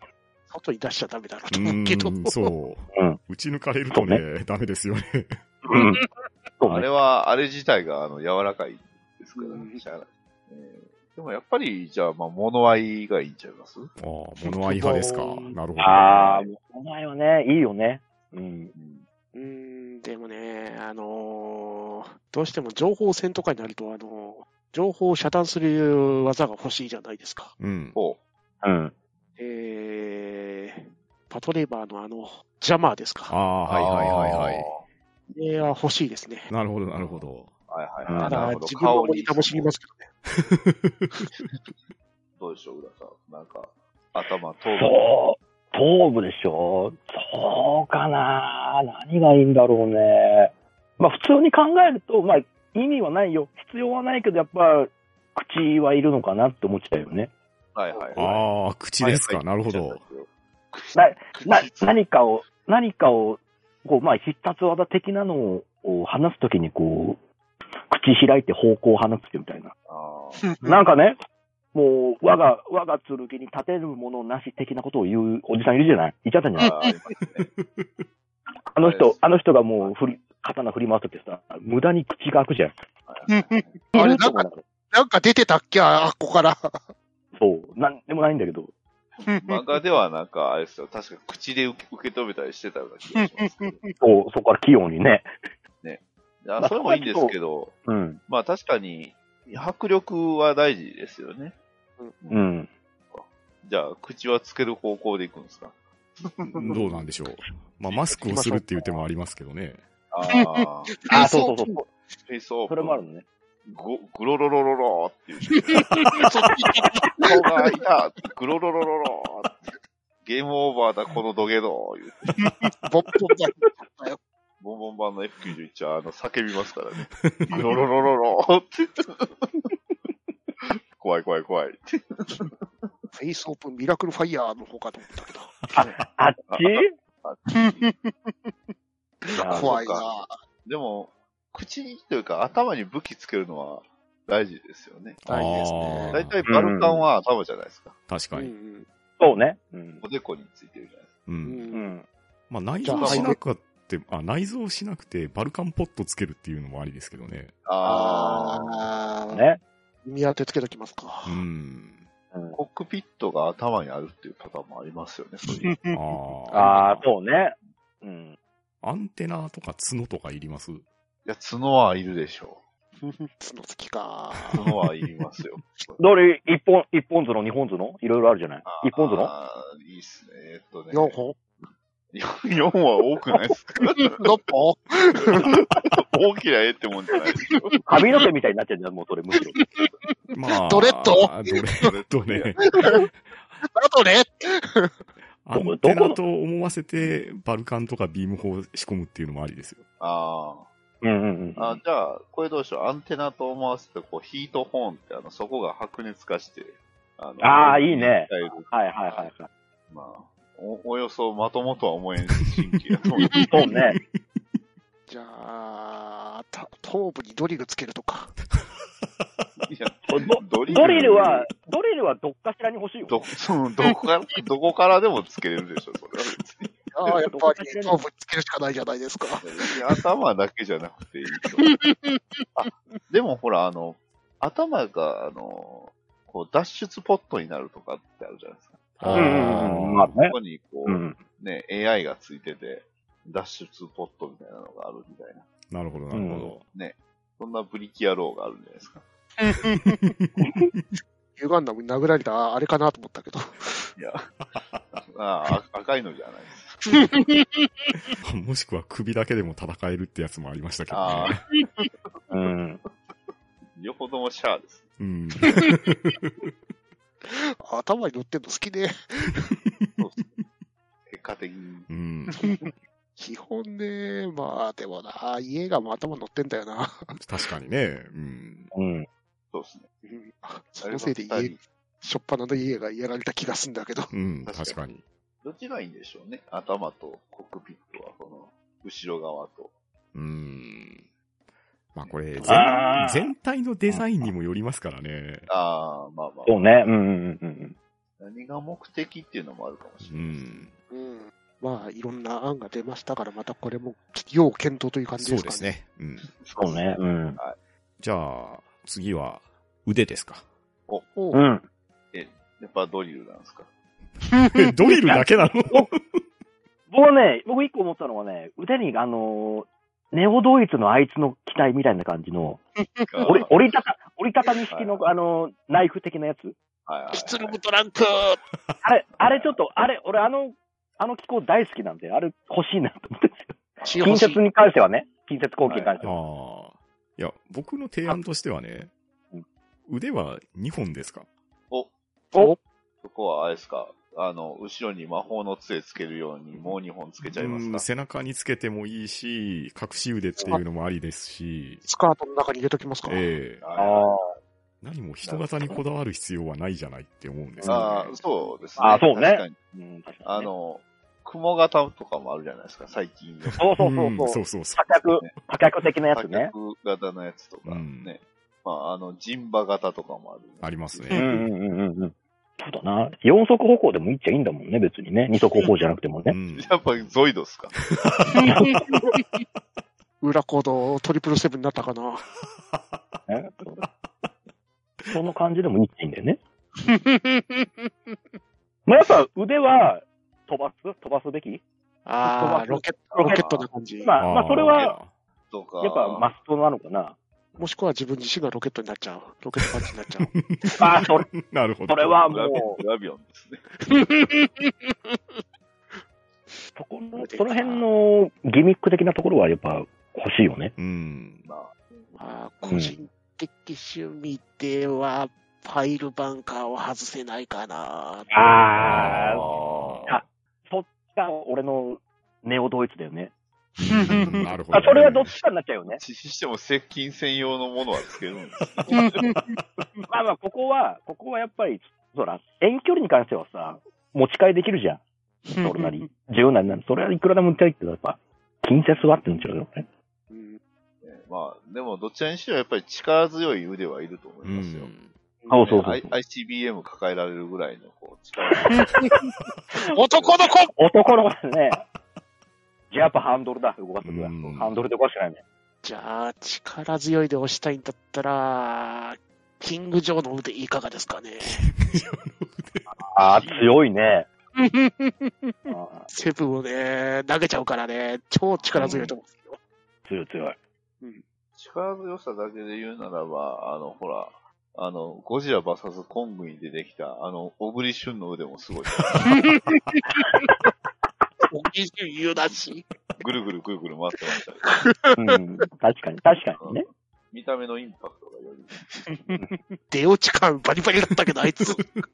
Speaker 2: 外に出しちゃダメだろう
Speaker 3: う
Speaker 2: と思うけど。
Speaker 3: ん、そう。
Speaker 4: うん
Speaker 3: 打ち抜かれると
Speaker 4: そ
Speaker 3: ね、ダメですよね。
Speaker 4: うん。そう
Speaker 1: あ
Speaker 4: ね。
Speaker 1: れは、あれ自体があの柔らかいですから
Speaker 2: うん
Speaker 1: ね。しゃあないえーでもやっぱり、じゃあ、まあ、物合いがいいんちゃいます
Speaker 3: *laughs* ああ、物合い派ですか。なるほど。
Speaker 4: ああ、もうお前はね、いいよね。うん。
Speaker 1: うん
Speaker 2: うーん、でもね、あのーどうしても情報戦とかになると、あのー情報を遮断する技が欲しいじゃないですか。
Speaker 3: うん。
Speaker 1: ほ
Speaker 4: うん。
Speaker 2: えー、パトレーバーのあの、ジャマーです
Speaker 3: あ
Speaker 2: か。
Speaker 3: あ、
Speaker 1: う。
Speaker 3: はいはいはいはい。
Speaker 1: い。
Speaker 2: あれは欲しいですね。
Speaker 3: なるほど、なるほど。
Speaker 1: はいはい
Speaker 4: うん
Speaker 1: は
Speaker 2: た
Speaker 1: い。
Speaker 2: だ
Speaker 1: なる、ほど
Speaker 2: 自分の
Speaker 1: 顔
Speaker 2: モニ
Speaker 1: に
Speaker 2: ターも知りますけどね。
Speaker 1: どうでしょう、浦さん。なんか、頭、頭部。
Speaker 4: そう。頭部でしょそうかな何がいいんだろうね。まあ普通に考えると、まあ意味はないよ。必要はないけど、やっぱ口はいるのかなって思っちゃうよね。
Speaker 1: はいはいはい。
Speaker 3: ああ、口ですか。
Speaker 1: はい
Speaker 3: なるほ
Speaker 1: *laughs*
Speaker 3: ど。。
Speaker 4: なな何かを、何かを、こう、まあ、必殺技的なのをを話すときに、こう、口開いて方向を話すみたいな。
Speaker 1: あー
Speaker 4: なんかね、もう、我が、我が剣に立てるものなし的なことを言うおじさんいるじゃないいちゃったじゃない
Speaker 1: あー、ありますね。
Speaker 4: あの
Speaker 1: そうで
Speaker 4: 人
Speaker 1: す、
Speaker 4: あの人がもう振り、刀振り回すときさ、無駄に口が開くじゃん。
Speaker 2: あれ
Speaker 4: いると思う
Speaker 2: なんか出てたっけあ、あっこから。
Speaker 4: そう、なんでもないんだけど。
Speaker 1: 漫画ではなんか、あれですよ。確か口で受け受け止めたりしてたような気がしますけど。
Speaker 4: そう、そこから器用にね。
Speaker 1: あそれもいいんですけど、
Speaker 4: うん。
Speaker 1: まあ確かに、迫力は大事ですよね。
Speaker 4: うん。
Speaker 1: じゃあ、口はつける方向でいくんですか
Speaker 3: どうなんでしょう。まあ、マスクをするっていう手もありますけどね。
Speaker 1: ああ、
Speaker 4: あ、そうそうそう。
Speaker 1: フェイスオープ
Speaker 4: そ
Speaker 1: ン。
Speaker 4: れもあるのね。
Speaker 1: ごグロロロロローっていう。顔が開いたグロロロロローゲームオーバーだ、この土下座言うて
Speaker 2: ボンボンだ
Speaker 1: ボンボン版の F91 はあの叫びますからね。グロロロロローって。怖い怖い怖いって。
Speaker 2: フェイスオープンミラクルファイヤーの方かと思ったけど。
Speaker 4: あっち
Speaker 1: あ
Speaker 2: 怖い
Speaker 1: そ
Speaker 2: な。
Speaker 1: でも、口にというか頭に武器つけるのは大事ですよね。
Speaker 2: 大事ですね
Speaker 3: あー
Speaker 1: 大体バルカンは頭じゃないですか。
Speaker 3: 確か
Speaker 2: うんう
Speaker 3: に。
Speaker 2: ん
Speaker 4: そうね。うん。
Speaker 1: おでこについてるじゃないです
Speaker 3: う。
Speaker 2: うん
Speaker 4: うんん。
Speaker 3: まあ、内
Speaker 2: じゃ
Speaker 3: 臓
Speaker 2: あ
Speaker 3: しなくって、あ、内臓しなくて、バルカンポットつけるっていうのもありですけどね。
Speaker 1: か。ああ。
Speaker 2: ああ、
Speaker 4: ね。
Speaker 2: 見当てつけときますか
Speaker 3: う。ん。
Speaker 4: うん
Speaker 1: コックピットが頭にあるっていうパターンもありますよね、そういう。
Speaker 3: あ
Speaker 4: ああ
Speaker 3: あ、。
Speaker 4: そうね。うん。
Speaker 3: アンテナとか角とかいります
Speaker 1: いや、角はいるでしょ
Speaker 2: 角つきか。
Speaker 1: う。角はいりま
Speaker 4: *laughs*
Speaker 1: すよ。
Speaker 4: どれ、一本、一本角、二本角いろいろあるじゃない
Speaker 1: あー
Speaker 4: 一本角
Speaker 1: いいっすね。えっとね。
Speaker 2: 4本
Speaker 1: ?4 は多くないですか
Speaker 2: ?6 本
Speaker 1: 大きな絵ってもんじゃな
Speaker 4: *laughs*
Speaker 1: いですよ。
Speaker 4: 髪の毛みたいになっちゃうんだよ、もうそれ、むしろ。
Speaker 3: まあ。
Speaker 2: ドレッド
Speaker 3: ドレッドね。
Speaker 2: あとね、
Speaker 3: アンテナと思わせて、バルカンとかビーム砲仕込むっていうのもありですよ。
Speaker 1: あ
Speaker 4: うんうん
Speaker 1: ーあ。じゃあ、これどうしよう。アンテナと思わせて、こう、ヒートホーンって、あの、そこが白熱化して、あの
Speaker 4: あーいいね。
Speaker 1: 鍛える
Speaker 4: はいはいはいはい。
Speaker 1: まあ、お、およそまともとは思えん神経だ
Speaker 4: *laughs*
Speaker 1: と思う。
Speaker 4: そうね。
Speaker 2: じゃあ、た頭部にドリルつけるとか。
Speaker 1: いや
Speaker 4: ド
Speaker 1: ド
Speaker 4: ドリルは、、ドリルはどっかしらに欲しいよ。
Speaker 1: ど、 *laughs* そうどこから、どこからでもつけれるでしょ、それは別に。
Speaker 2: ああ、 *laughs* やっぱり頭部につけるしかないじゃないです *laughs* か。
Speaker 1: いや頭だけじゃなくていいと
Speaker 2: *laughs*
Speaker 1: あ、でもほら、あの、頭が、あの、こう、脱出ポットになるとかってあるじゃないですか。
Speaker 3: あ
Speaker 4: うんうんうん。ま
Speaker 3: ー
Speaker 4: あね
Speaker 1: こ。こに、こ
Speaker 4: う
Speaker 1: う、
Speaker 4: ん。
Speaker 1: ね、AI がついてて、脱出ポットみたいなのがあるみたいな。
Speaker 3: なるほど、なるほど。
Speaker 1: そんなブリキ野郎があるんじゃないですか。
Speaker 2: ユガンダムに殴られたあれかなと思ったけど。 *laughs*
Speaker 1: いや、ああ赤いのじゃないです。
Speaker 3: もしくは首だけでも戦えるってやつもありましたけど
Speaker 1: あ
Speaker 3: ね。
Speaker 4: うん。
Speaker 1: 両方ともシャアです。
Speaker 3: うん。
Speaker 2: 頭に乗ってんの好きで、
Speaker 1: 結果的に。
Speaker 3: うん。
Speaker 2: 基本ね、まあでもな、家がもう頭乗ってんだよな。
Speaker 3: 確かにね。うん。
Speaker 4: うん。
Speaker 1: そうですね。
Speaker 2: うんそ
Speaker 1: あれ
Speaker 2: の
Speaker 1: は
Speaker 2: せいで
Speaker 1: 二
Speaker 2: 家
Speaker 1: 人、
Speaker 2: しょっぱなの家がやられた気がすんだけど。
Speaker 3: うん、
Speaker 1: 確
Speaker 3: 確
Speaker 1: か
Speaker 3: かに。
Speaker 1: どっちがいいんでしょうね。頭とコックピットは、この、後ろ側と。
Speaker 3: うん。まあこれ、
Speaker 4: あ
Speaker 3: 全
Speaker 4: ー
Speaker 3: 全体のデザインにもよりますからね。
Speaker 1: ああ、まあまあ。
Speaker 4: そうね。うんうんうんうん。
Speaker 1: 何が目的っていうのもあるかもし
Speaker 3: う
Speaker 1: れないですね。
Speaker 3: ん。
Speaker 2: うんまあ、いろんな案が出ましたから、またこれも、要検討という感じ
Speaker 3: そ
Speaker 2: で
Speaker 3: う
Speaker 2: す
Speaker 3: で
Speaker 2: かね。
Speaker 3: すね。うん。
Speaker 4: そうね。うん。
Speaker 3: じゃあ、次は、腕ですか。
Speaker 2: おう。
Speaker 4: うん。
Speaker 1: やっぱドリルなんですか。
Speaker 2: *laughs*
Speaker 3: ドリルだけなの
Speaker 4: 僕ね、僕一個思ったのはね、腕に、あのーネオドイツのあいつの機体みたいな感じの、折り折りたた、折りたたみ式の、あのーナイフ的なやつ。
Speaker 1: はいはいはい
Speaker 5: キツルムトランク
Speaker 4: あれ、あれちょっと、あれ、俺あの、あの機構大好きなんで、あれ欲しいなと思って。
Speaker 2: 血
Speaker 4: 近
Speaker 2: 欲しい
Speaker 4: 接に関してはね、近接後期に関しては。
Speaker 3: ああ。いや、僕の提案としてはね
Speaker 4: うん、
Speaker 3: 腕は2本ですか
Speaker 1: お、
Speaker 2: お
Speaker 1: そこはあれですか。あの、後ろに魔法の杖つけるように、もう2本つけちゃいます
Speaker 3: うん
Speaker 1: か。
Speaker 3: 背中につけてもいいし、隠し腕っていうのもありですし、
Speaker 2: スカートの中に入れときますか。
Speaker 3: *laughs* ええ
Speaker 1: あ
Speaker 3: 何も人型にこだわる必要はないじゃないって思うんです
Speaker 1: あ
Speaker 3: よ、ね。
Speaker 1: そうですね。
Speaker 4: あーそうね
Speaker 1: 確かに
Speaker 4: うん確か
Speaker 1: あ
Speaker 4: にね
Speaker 1: の、雲型とかもあるじゃないですか、最近の。
Speaker 4: そうそう
Speaker 3: うん
Speaker 4: そう
Speaker 3: そ
Speaker 4: そうう。
Speaker 3: そうそ
Speaker 4: 破脚、破脚的なやつね。
Speaker 1: 多角型のやつとかね。
Speaker 3: うん
Speaker 1: まあ、あの、陣馬型とかもある、
Speaker 3: ありますね
Speaker 4: うんうんうんうんうん。そうだな。四足歩行でもいいっちゃいいんだもんね、別にね。二足歩行じゃなくても
Speaker 3: う。
Speaker 4: *laughs* ね。
Speaker 3: うん
Speaker 1: *laughs* やっぱりゾイドっすか。
Speaker 2: *laughs* 裏コード、トリプルセブンになった *laughs* かな。
Speaker 4: ねその感じでもいいっちゃいいんだよね。まあやっぱ腕は飛ばす飛ばすべき
Speaker 2: ああ、ロケット、ロケットな感じ。
Speaker 4: まあ、まあそれは、
Speaker 3: あ
Speaker 1: とか。
Speaker 4: やっぱマストなのか *laughs* な。
Speaker 2: もしくは自分自身がロケットになっちゃう。ロケットパンチになっちゃう。
Speaker 4: ああ、それ、
Speaker 3: ーなるほど。
Speaker 4: それは
Speaker 1: グラビ
Speaker 4: もう、
Speaker 1: *laughs* グラビオンですね。
Speaker 2: *laughs*
Speaker 4: そこの、その辺のギミック的なところはやっぱ欲しいよね。
Speaker 3: うん。
Speaker 1: ま
Speaker 2: まあ、個人的趣味では、パイルバンカーを外せないかな。
Speaker 4: ああ、
Speaker 3: あ
Speaker 4: そっちが俺のネオドイツだよね。
Speaker 3: ーうん *laughs* なるほど
Speaker 4: あ
Speaker 3: ね。
Speaker 4: それはどっちかになっちゃうよね
Speaker 1: あ、。ししても接近専用のものはつけるんですね。
Speaker 4: *laughs*
Speaker 2: *laughs*
Speaker 4: まあまあ、ここは、ここはやっぱり、そら、遠距離に関してはさ、持ち替えできるじゃん。それなり、柔軟なり、それはいくらでも持ち替えって、やっぱ、近接はってなっちゃうよね。
Speaker 2: うん。
Speaker 1: まあ、でも、どちらにしろやっぱり力強い腕はいると思いうますよ。
Speaker 3: ん。
Speaker 4: そうそうそう
Speaker 1: I- ICBM 抱えられるぐらいのこう力強い。
Speaker 2: *laughs*
Speaker 5: 男の子
Speaker 4: 男の子です *laughs* ね。じゃあやっぱハンドルだ、動かす
Speaker 3: う
Speaker 4: の
Speaker 3: ん
Speaker 4: は。ハンドルで動かしてないね。
Speaker 2: じゃあ、力強いで押したいんだったら、キング・ジョーの腕いかがですかね。
Speaker 4: ああ、強いね。ああ
Speaker 2: セブンをね、投げちゃうからね、超力強いと思うんですけど。
Speaker 4: 強い強い。
Speaker 1: 力強さだけで言うならば、あの、ほら、あの、ゴジラ VS コングに出てきた、あの、小栗旬の腕もす
Speaker 4: *laughs*
Speaker 1: ごい。
Speaker 5: おきじゅ言うだし。
Speaker 1: ぐるぐるぐるぐる回ってましたけど。
Speaker 4: うん、確かに、確かにね。
Speaker 1: 見た目のインパクトがより、
Speaker 2: 出落ち感バリバリだったけど、あいつ。
Speaker 1: そうですね。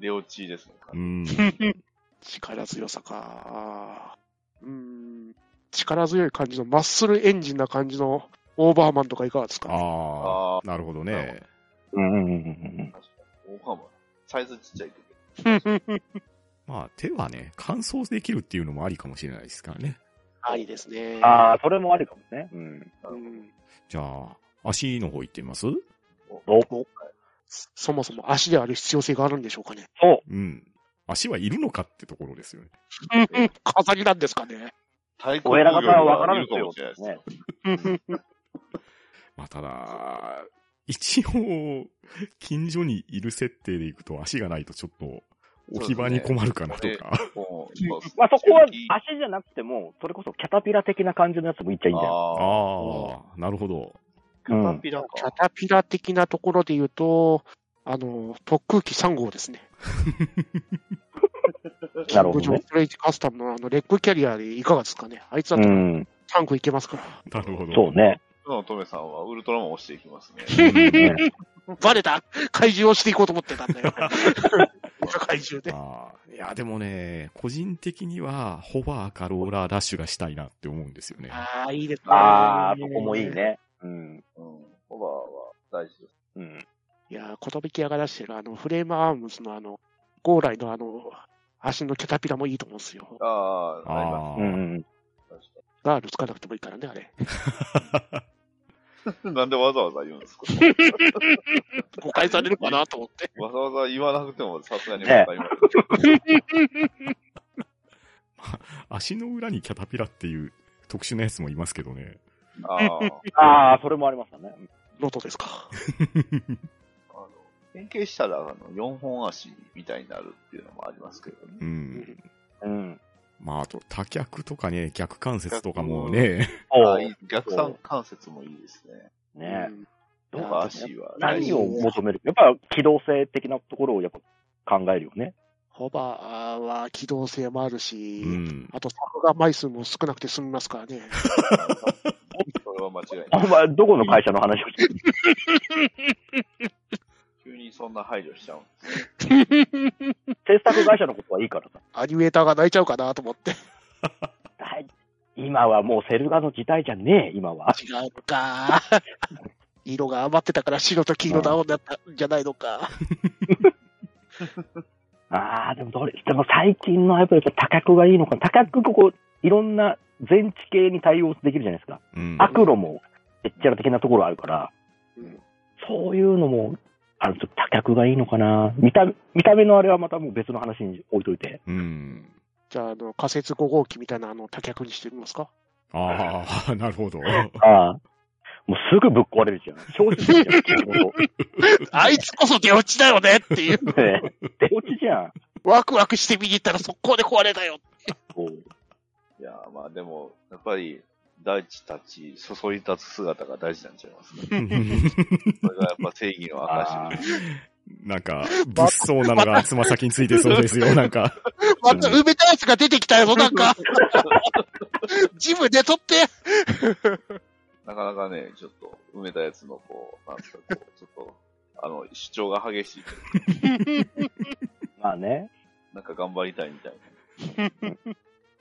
Speaker 1: 出落ちですね。
Speaker 3: うん。
Speaker 2: 力強さか。うーん。力強い感じの、マッスルエンジンな感じの、オーバーマンとかいかがですか
Speaker 3: あ
Speaker 1: あ
Speaker 3: あ、なるほど
Speaker 1: なる
Speaker 3: ね。
Speaker 4: うんうんうんうん
Speaker 1: 確かに。大幅。サイズちっちゃいけど。
Speaker 3: まあ、手はね、乾燥できるっていうのもありかもしれないですからね。
Speaker 2: ありですね
Speaker 4: うん。。ああ、それもあるかもね。うん。
Speaker 2: うん
Speaker 3: じゃあ、足の方行ってみます
Speaker 4: お
Speaker 2: そもそも足である必要性があるんでしょうかね。
Speaker 4: そう。
Speaker 3: うん。足はいるのかってところですよね。
Speaker 2: 飾りなんですかね。
Speaker 1: 太鼓
Speaker 4: お偉方はわからん
Speaker 1: る
Speaker 4: です
Speaker 1: か
Speaker 4: よ
Speaker 1: もしれないです。
Speaker 4: ね
Speaker 1: ね。
Speaker 3: まあ、ただ、一応、近所にいる設定で行くと足がないとちょっと、置き場に困るかなとか。
Speaker 1: もうそうっすね
Speaker 4: まあそこは
Speaker 1: 中期
Speaker 4: 足じゃなくても、それこそキャタピラ的な感じのやつもいっちゃいいんだよ。
Speaker 1: ああ。
Speaker 3: あ *laughs* あ、なるほど。
Speaker 1: キャタピラか。
Speaker 2: キャタピラ的なところで言うと、あの、特空機3号ですね。
Speaker 4: なるほ
Speaker 2: キン
Speaker 4: どね
Speaker 2: グジョー。クレイジカスタムのあのレッグキャリアでいかがですかね。あいつだ
Speaker 4: う
Speaker 2: と
Speaker 4: ん。
Speaker 2: タンクいけますから。
Speaker 3: なるほど。
Speaker 4: そうね。
Speaker 1: の乙女さんはウルトラマンを
Speaker 4: *laughs*
Speaker 1: 押していきますね。
Speaker 3: うん。
Speaker 4: ね *laughs*
Speaker 2: バレた怪獣をしていこうと思ってたんだよ。世界中で。
Speaker 3: ああ。いや、でもね、個人的には、ホバーかローラーラッシュがしたいなって思うんですよね。
Speaker 5: ああ、いいですね。
Speaker 4: ああ、そこもいい。ね。うん。
Speaker 1: うん。ホバーは大事です。
Speaker 4: うん。
Speaker 2: いやー、ことびき屋が出してる、あの、フレームアームズのあの、ゴーライのあの、足のキャタピラもいいと思うんですよ。
Speaker 1: ああ、ありま
Speaker 3: あ
Speaker 4: う
Speaker 3: あ。
Speaker 4: ん。
Speaker 1: す。
Speaker 2: ガールつかなくてもいいからね、あれ。
Speaker 1: 確かになんでわざわざ言う
Speaker 4: *laughs*
Speaker 1: んですか
Speaker 5: 誤解されるかなと思って。
Speaker 1: わざわざ言わなくてもさすがにわかります。
Speaker 3: 足の裏にキャタピラっていう特殊なやつもいますけどね。
Speaker 1: ああ、
Speaker 4: ああ、それもありましたね。
Speaker 2: ロトですか。
Speaker 1: あの、変形したら、あの、4本足みたいになるっていうのもありますけどね。
Speaker 3: うん。
Speaker 4: うん。
Speaker 3: まあ、あと、多脚とかね、逆関節とかもね、
Speaker 1: あ
Speaker 4: お
Speaker 1: あいい逆三関節もいいですね。
Speaker 4: ね
Speaker 2: うん
Speaker 1: どうか足は大
Speaker 4: 何
Speaker 1: 事
Speaker 4: を
Speaker 1: *laughs*
Speaker 4: 求めるやっぱ機動性的なところをやっぱ考えるよね。
Speaker 2: ホバーは機動性もあるし、
Speaker 3: うん。
Speaker 2: あと作画枚数も少なくて済みますからね。
Speaker 1: それは間違い
Speaker 4: あ
Speaker 1: ない。
Speaker 4: んまどこの会社の話を *laughs* してる
Speaker 1: 急にそんな配慮しちゃうんですね。
Speaker 4: 制作会社のことはいいからさ。
Speaker 2: アニメーターが泣いちゃうかなと思って。
Speaker 4: はい今はもうセルガの時代じゃねえ、今は。
Speaker 5: 違うのか。
Speaker 2: 色が余ってたから白と黄色の青になったんじゃないのか。
Speaker 4: ああ、でもどれ、でも最近のやっぱり多角がいいのかな。多角こう、いろんな全地形に対応できるじゃないですか。
Speaker 3: うん。
Speaker 4: アクロも、エッチャラ的なところあるから、
Speaker 2: うん
Speaker 4: そういうのも、あの、ちょっと多角がいいのかな。見た、見た目のあれはまたもう別の話に置いといて。
Speaker 3: うん。
Speaker 2: じゃあ、あの、仮説5号機みたいなあの、多脚にしてみますか
Speaker 3: ああ、なるほど。 *laughs*
Speaker 4: ああ。もうすぐぶっ壊れるじゃん。正直じゃん。本
Speaker 5: *laughs* あいつこそ出落ちだよねっていう。
Speaker 4: 当ね出落ちじゃん。
Speaker 5: ワクワクして見に行ったら速攻で壊れたよ。
Speaker 4: こ
Speaker 1: いやー、まあでも、やっぱり、大地たち、注い立つ姿が大事なんちゃいますね。それがやっぱ正義
Speaker 4: *laughs*
Speaker 1: の
Speaker 4: あ
Speaker 1: 証。
Speaker 3: なんか、物騒なのがつま先についてそうですよ、なんか。
Speaker 5: また埋めたやつが出てきたよ、なんか。ジムで取 *laughs* って。
Speaker 1: なかなかね、ちょっと、埋めたやつの、こう、なんですか、こう、ちょっと、あの、主張が激しい。
Speaker 4: うまあね。
Speaker 1: なんか頑張りたいみたい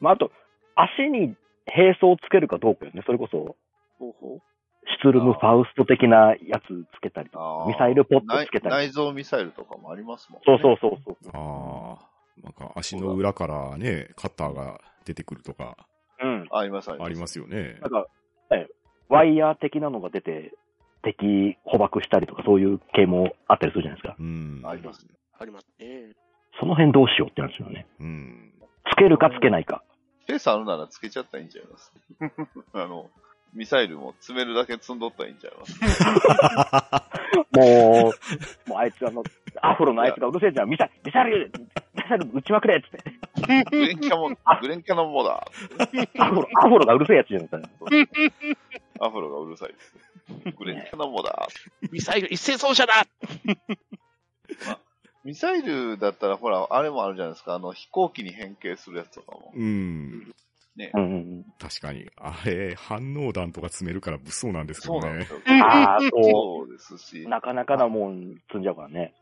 Speaker 4: まああと、足に並走をつけるかどうかよね。それこそ、
Speaker 2: 方法
Speaker 4: シュツルム・ファウスト的なやつつけたりと
Speaker 1: な
Speaker 4: か。
Speaker 1: あー。
Speaker 4: ミサイルポットつけたり
Speaker 1: 内内臓ミサイルとかもありますもんね。
Speaker 4: そうそうそうそう。
Speaker 3: ああ。なんか足の裏からね、カッターが出てくるとか、
Speaker 4: うん。
Speaker 1: あります、あります。
Speaker 3: ありますよね
Speaker 4: な。んか、えワイヤー的なのが出て、敵捕獲したりとか、そういう系もあったりするじゃないですか。
Speaker 3: うん。
Speaker 1: あります。
Speaker 2: ありますね。
Speaker 5: *laughs*
Speaker 4: その辺どうしようって話よね。
Speaker 3: うん。
Speaker 4: つけるかつけないか。
Speaker 1: スペースあるならつけちゃったらいいんちゃいます *laughs* あの、ミサイルも詰めるだけ積んどったらいいんちゃいま
Speaker 4: もう、
Speaker 1: す
Speaker 4: *laughs* もうあいつあの、アフロのあいつがうるせえじゃん。ミサイル、ミサイル、ミサイル撃ちまくれっつって。
Speaker 1: グレンキャも、グレンキャのもだ。
Speaker 4: ア *laughs* フロ、アフロがうるせえやつじゃん。
Speaker 1: アフロがうるさいです。グレンキャのもだ。
Speaker 5: ミサイル一斉走者だ
Speaker 1: ミサイルだったら、ほら、あれもあるじゃないですか。あの、飛行機に変形するやつとかも。
Speaker 3: うん。
Speaker 1: ね
Speaker 4: う。んうん
Speaker 3: 確かに。あれ、反応弾とか詰めるから物騒なんですけど
Speaker 1: そうなんで
Speaker 3: ね
Speaker 1: す。よ。
Speaker 4: うん。ああ、そ
Speaker 1: そうですし
Speaker 4: う。。なかなかなもん積んじゃうから *laughs* ね。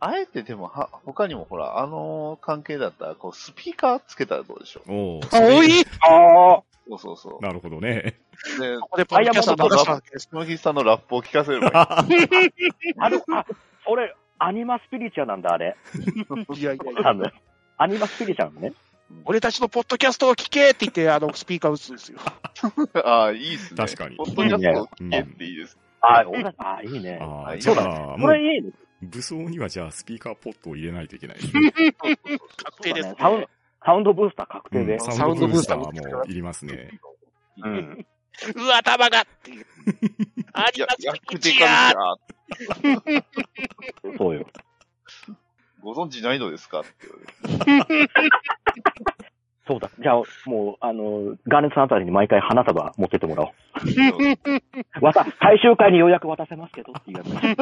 Speaker 1: あえてでも、は、他にもほら、あの関係だったら、こう、スピーカーつけたらどうでしょ
Speaker 3: おー
Speaker 5: あ、おい
Speaker 4: ああ。
Speaker 1: う。そうそうそ
Speaker 3: なるほどね。
Speaker 1: う。で、
Speaker 2: ここでパンキャスター流したわけです。
Speaker 1: つむぎさんのラップを聞かせ
Speaker 3: *laughs*
Speaker 1: ればいい。
Speaker 4: あの、あ、俺、アニマスピリチュアなんだ、あれ。
Speaker 2: いやいやいや
Speaker 4: 多分。アニマスピリチュアなのね。
Speaker 2: 俺たちのポッドキャストを聞けって言って、あの、スピーカー打つんですよ。
Speaker 1: ああ、いいっすね。
Speaker 3: 確かに
Speaker 1: ポッドキャストを聞けっていいです。
Speaker 4: あー俺あー、いいね。
Speaker 3: あ
Speaker 1: は
Speaker 3: あ、
Speaker 1: い
Speaker 3: じゃあ、
Speaker 4: こ
Speaker 3: もう、
Speaker 4: れいいね。
Speaker 3: 武装にはじゃあスピーカーポットを入れないといけ *laughs* ないですね。
Speaker 5: 確定ですね。
Speaker 4: サウンド、サウンドブースター確定
Speaker 3: う
Speaker 4: で
Speaker 3: ん。
Speaker 2: サウンドブースターも
Speaker 3: サウンドブースターもいりますね。
Speaker 4: う
Speaker 1: い
Speaker 4: ん。
Speaker 5: うわ、頭がっていう。あり
Speaker 1: や
Speaker 5: が、とう
Speaker 1: 役、
Speaker 5: い
Speaker 1: で
Speaker 5: ちや
Speaker 1: か
Speaker 5: ー
Speaker 1: いな。
Speaker 4: そうよ。
Speaker 1: ご存知ないのですかって。
Speaker 4: そうだ。じゃあ、もう、あの、ガーネットさんあたりに毎回花束持ってってもらおう。わた、最終回にようやく渡せますけどっていうやつ。